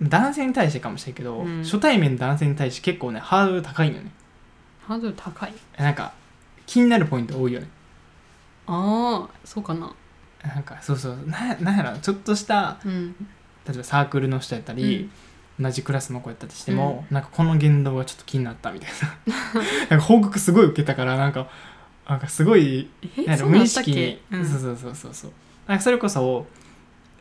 Speaker 2: 男性に対してかもしれんけど、
Speaker 1: うん
Speaker 2: 初対面の男性に対して結構ねハードル高いんよね
Speaker 1: ハードル高い
Speaker 2: なんか気になるポイント多いよね
Speaker 1: ああそうかな
Speaker 2: なんかそうそうななんやろちょっとした
Speaker 1: うん
Speaker 2: 例えばサークルの人やったり、同じクラスの子やったとしても、なんかこの言動がちょっと気になったみたい ななんか報告すごい受けたからなんかなんかすごい
Speaker 1: え
Speaker 2: なんや
Speaker 1: そ
Speaker 2: ろ
Speaker 1: う
Speaker 2: 無
Speaker 1: なん
Speaker 2: 意
Speaker 1: だっ
Speaker 2: 識に
Speaker 1: け、うん
Speaker 2: そうそうそうそうそうなんかそれこそ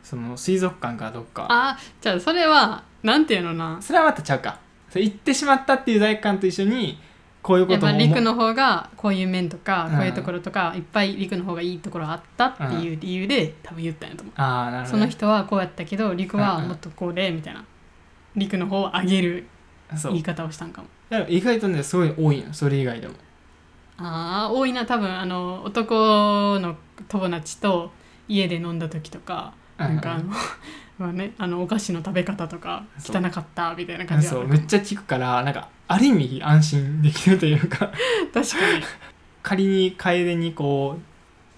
Speaker 2: その水族館かどっか
Speaker 1: あじゃあそれはなんていうのな
Speaker 2: それはまたちゃうかそれ言ってしまったっていう罪悪感と一緒にこういうこ
Speaker 1: やっ
Speaker 2: と
Speaker 1: ぱ
Speaker 2: も思う
Speaker 1: 陸の方がこういう面とか
Speaker 2: うん
Speaker 1: こういうところとかいっぱい陸の方がいいところあったっていう理由で多分言ったんやと思う
Speaker 2: ああなるほ
Speaker 1: そ
Speaker 2: どね、
Speaker 1: の人はこうやったけど陸は
Speaker 2: うんうん
Speaker 1: もっとこうでみたいな陸の方を上げる
Speaker 2: そう
Speaker 1: 言い方をしたんかも
Speaker 2: だから意外とねすごい多いのそれ以外でも
Speaker 1: ああ多いな多分あの男の友達と家で飲んだ時とかなんかあ
Speaker 2: う
Speaker 1: の まあねあのお菓子の食べ方とか
Speaker 2: そう
Speaker 1: 汚かったみたいな感じ
Speaker 2: そ
Speaker 1: はあ
Speaker 2: う
Speaker 1: る
Speaker 2: めっちゃ聞くからなんかある意味安心できるというか
Speaker 1: 確か
Speaker 2: 仮に楓にこ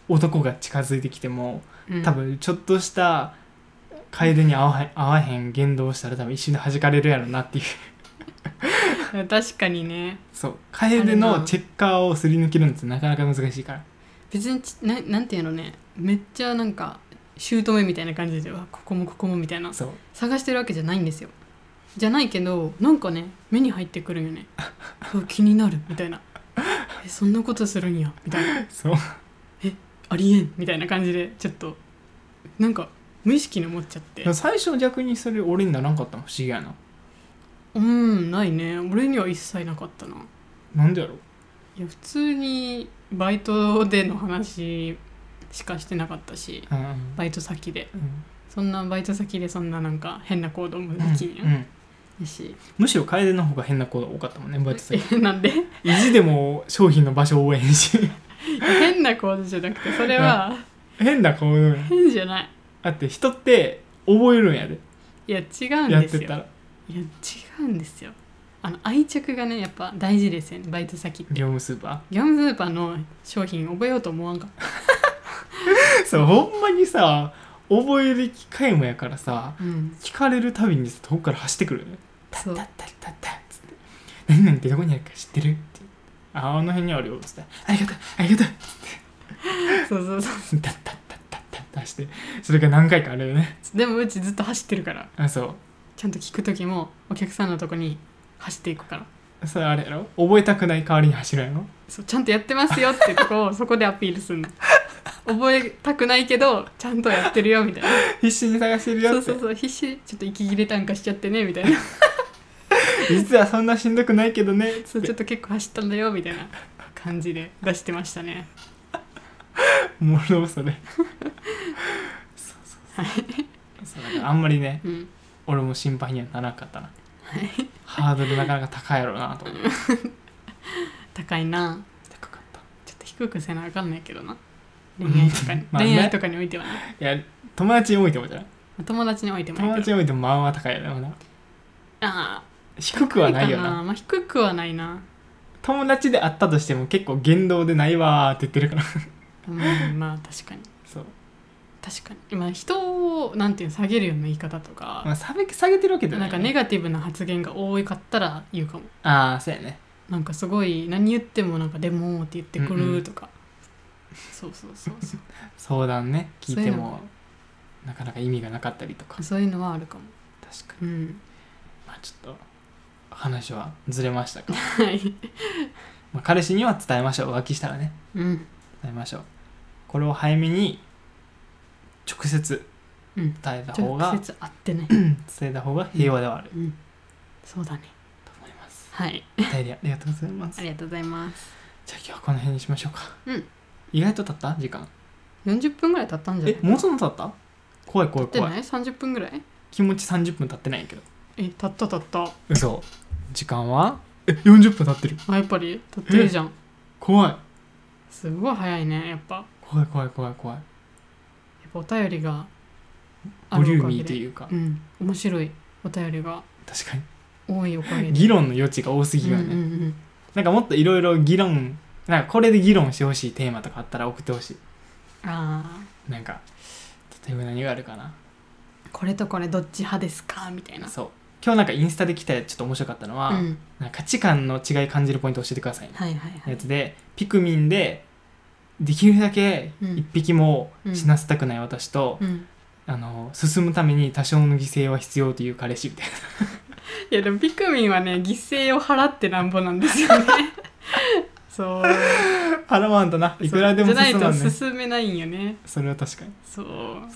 Speaker 2: う男が近づいてきても
Speaker 1: に、うん
Speaker 2: 多分ちょっとした楓に合わへ合わへん言動をしたら多分一瞬で弾かれるやろなっていう
Speaker 1: 確かにね
Speaker 2: そう楓のチェッカーをすり抜けるのってなかなか難しいから
Speaker 1: 別にちななんていうのねめっちゃなんか姑みたいな感じでうわここもここもみたいな
Speaker 2: そう
Speaker 1: 探してるわけじゃないんですよじゃないけどなんかね目に入ってくる よねうわ気になるみたいなえそんなことするんやみたいな
Speaker 2: そう
Speaker 1: ありえんみたいな感じでちょっとなんか無意識に思っちゃって
Speaker 2: でも最初逆にそれ俺にならんかったの不思議やな
Speaker 1: うんないね俺には一切なかったな
Speaker 2: なんでやろう
Speaker 1: いや普通にバイトでの話しかしてなかったし
Speaker 2: うん
Speaker 1: バイト先で
Speaker 2: うん
Speaker 1: そんなバイト先でそんななんか変な行動もできんや
Speaker 2: うんうん
Speaker 1: やし
Speaker 2: むしろ楓の方が変な子が多かったもんねバイト先
Speaker 1: え なんで
Speaker 2: 意地でも商品の場所応援し
Speaker 1: 変な行動じゃなくてそれは
Speaker 2: 変な子多い
Speaker 1: 変じゃない
Speaker 2: だって人って覚えるんやで
Speaker 1: いや違うん
Speaker 2: やっ
Speaker 1: です
Speaker 2: て
Speaker 1: よ
Speaker 2: たら
Speaker 1: いや違うんですよあの愛着がねやっぱ大事ですよねバイト先って
Speaker 2: 業務スーパ
Speaker 1: 業務スーパーの商品覚えようと思わんかった、
Speaker 2: ーそうほんまにさ覚える機会もやからさ
Speaker 1: うん、
Speaker 2: 聞かれるたびにさ遠くから走ってくるよね
Speaker 1: そう
Speaker 2: タッタッタッタッつって「何々ってどこにあるか知ってる?」って「ああの辺にあるよ」つって「ありがとうありがとう」
Speaker 1: そうそうそ
Speaker 2: タッタッタッタッタッタッしてそれが何回かあるよね
Speaker 1: うでもうちずっと走ってるから
Speaker 2: あそ
Speaker 1: ちゃんと聞く時もお客さんのとこに走っていくから
Speaker 2: うそれあれやろ覚えたくない代わりに走るやろ
Speaker 1: そうちゃんとやってますよってとこをそこでアピール するの覚えたくないけどちゃんとやってるよみたいな
Speaker 2: 必死に探してるよっ
Speaker 1: そ
Speaker 2: て
Speaker 1: うそうそう必死ちょっと息切れ短歌しちゃってねみたいな
Speaker 2: 実はそんなしんどくないけどねつ
Speaker 1: そう
Speaker 2: っ
Speaker 1: ち
Speaker 2: て
Speaker 1: ょっと結構走ったんだよみたいな感じで出してましたね
Speaker 2: おもろそれそうそうそうそうだからあんまりね
Speaker 1: うん
Speaker 2: 俺も心配にはならんかったなハードルなかなか高いやろうなと思 って
Speaker 1: 高いな
Speaker 2: 高かった
Speaker 1: ちょっと低くせなあかんないけどな
Speaker 2: うん
Speaker 1: 恋愛とかに、
Speaker 2: まあね
Speaker 1: 恋愛とかにおいてはね
Speaker 2: いや友達においてもじゃない
Speaker 1: 友達においても
Speaker 2: 友
Speaker 1: やけ
Speaker 2: 達
Speaker 1: ど
Speaker 2: においてもまあまあ高いよねまだ
Speaker 1: あ
Speaker 2: 低
Speaker 1: あ
Speaker 2: くはないよな
Speaker 1: まあ、低くはないな
Speaker 2: 友達であったとしても結構言動でないわーって言ってるから
Speaker 1: うんまあ確かに
Speaker 2: そう、
Speaker 1: 確かに今人をなんていうの下げるような言い方とか、
Speaker 2: まあ、下げ下げてるわけじゃ
Speaker 1: な
Speaker 2: なんい
Speaker 1: かネガティブな発言が多かったら言うかも
Speaker 2: ああそうやね
Speaker 1: なんかすごい何言ってもなんか「でも」って言ってくるとか、そうそうそうそう
Speaker 2: 相談ね聞いて
Speaker 1: そういうの
Speaker 2: もなかなか意味がなかったりとか
Speaker 1: そういうのはあるかも
Speaker 2: 確かに
Speaker 1: うん
Speaker 2: まあちょっと話はずれましたか
Speaker 1: はい
Speaker 2: まあ彼氏には伝えましょう浮気したらね
Speaker 1: うん
Speaker 2: 伝えましょうこれを早めに直接
Speaker 1: うん
Speaker 2: 伝えた方が、
Speaker 1: 直接会ってね、
Speaker 2: 伝えた方が平和ではある
Speaker 1: うん、そうだね
Speaker 2: と思います、
Speaker 1: はい
Speaker 2: お便りありがとうございます
Speaker 1: ありがとうございます
Speaker 2: じゃあ今日はこの辺にしましょうか
Speaker 1: うん
Speaker 2: 意外と経った時間
Speaker 1: 40分ぐらい経ったんじゃ
Speaker 2: え
Speaker 1: ない
Speaker 2: もうそんな経った怖い怖い
Speaker 1: 経って
Speaker 2: 怖い
Speaker 1: ない30分ぐらい
Speaker 2: 気持ち30分経ってないけど
Speaker 1: え経った経った
Speaker 2: 嘘時間はえ40分経ってる
Speaker 1: あやっぱり経ってるじゃん
Speaker 2: 怖い
Speaker 1: すごい早いねやっぱや
Speaker 2: 怖い怖い怖い怖い
Speaker 1: っぱお便りが
Speaker 2: ボリューミーと
Speaker 1: う
Speaker 2: いうか
Speaker 1: うん面白いお便りが
Speaker 2: 確か
Speaker 1: 多いおかげ
Speaker 2: に
Speaker 1: で
Speaker 2: 議論の余地が多すぎるよね、
Speaker 1: うんうんうん
Speaker 2: なんかもっといろいろ議論なんかこれで議論してほしいテーマとかあったら送ってほし
Speaker 1: あ
Speaker 2: いなんか例えば何があるかな
Speaker 1: あこれとこれどっち派ですかみたいな
Speaker 2: そう今日なんかインスタで来たやつちょっと面白かったのは、
Speaker 1: うん、
Speaker 2: なんか価値観の違い感じるポイント教えてくださいね
Speaker 1: はいはいはい
Speaker 2: やつでピクミンでできるだけ
Speaker 1: うん
Speaker 2: 一匹も死なせたくない私と、
Speaker 1: うん、
Speaker 2: あの進むために多少の犠牲は必要という彼氏みたいない
Speaker 1: やでもピクミンはね犠牲を払ってなんぼなんですよ ねそう
Speaker 2: 払わんとないくらでも
Speaker 1: そうじ
Speaker 2: 進
Speaker 1: ゃな
Speaker 2: ま
Speaker 1: んい
Speaker 2: ね
Speaker 1: と進めないんよね
Speaker 2: それは確かに
Speaker 1: そう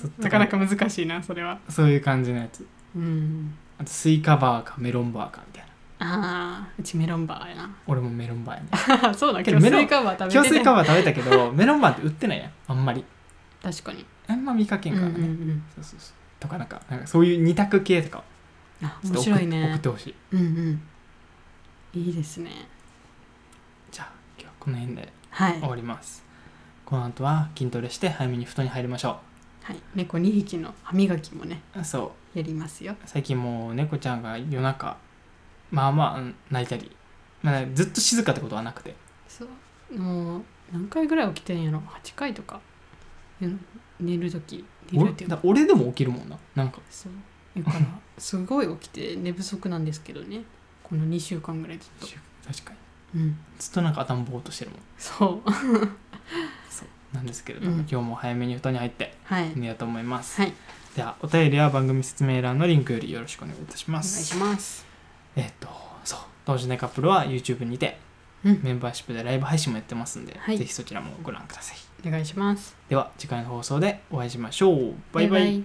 Speaker 2: そっか
Speaker 1: なかなか難しいなそれは
Speaker 2: そういう感じのやつ
Speaker 1: うん
Speaker 2: あとスイカバーかメロンバーかみたいな
Speaker 1: ああうちメロンバーやな
Speaker 2: 俺もメロンバーやね
Speaker 1: そうだ
Speaker 2: け
Speaker 1: 今
Speaker 2: ど
Speaker 1: 日
Speaker 2: メ
Speaker 1: ス
Speaker 2: ロン
Speaker 1: イカバー食
Speaker 2: 強
Speaker 1: べて
Speaker 2: 制
Speaker 1: ね
Speaker 2: カバー食べたけどメロンバーって売ってないやんあんまり
Speaker 1: 確かに
Speaker 2: あんま見かけん
Speaker 1: う
Speaker 2: か
Speaker 1: んう
Speaker 2: ら
Speaker 1: ん
Speaker 2: ね、
Speaker 1: うん
Speaker 2: そうそうそうとかなんかなんかそういう二択系とか
Speaker 1: あ
Speaker 2: ちょ
Speaker 1: 面白い
Speaker 2: っと送送っ
Speaker 1: ね
Speaker 2: てほしい
Speaker 1: うんうんいいですね
Speaker 2: じゃあ今日はこの辺で
Speaker 1: はい
Speaker 2: 終わりますこの後は筋トレして早めに布団に入りましょ
Speaker 1: はい猫2匹の歯磨きもね
Speaker 2: うそう
Speaker 1: やりますよ
Speaker 2: 最近もう猫ちゃんが夜中まあまあうん泣いたり、まあ、ずっと静かってことはなくて
Speaker 1: そうもう何回ぐらい起きてんやろ8回とか夜寝る時寝
Speaker 2: 俺
Speaker 1: るっていうか
Speaker 2: だ俺でも起きるもんななんか
Speaker 1: そうだからすごい起きて寝不足なんですけどねこの2週間ぐらいずっと
Speaker 2: 確、かに
Speaker 1: うん、
Speaker 2: ずっとなんか頭ぼーっとしてるもん
Speaker 1: そう
Speaker 2: なんですけれども、
Speaker 1: うん
Speaker 2: 今日も早めに布団に入って
Speaker 1: はい
Speaker 2: 寝ようと思います、
Speaker 1: はい
Speaker 2: ではお便りは番組説明欄のリンクよりよろしくお願いいたし
Speaker 1: お願
Speaker 2: ま
Speaker 1: い
Speaker 2: す
Speaker 1: します
Speaker 2: えっとそう同時代カップルは YouTube にて
Speaker 1: うん
Speaker 2: メンバーシップでライブ配信もやってますんで、
Speaker 1: はい
Speaker 2: ぜひそちらもご覧ください
Speaker 1: お願いします
Speaker 2: では次回の放送でお会いしましょうバイバイ
Speaker 1: イ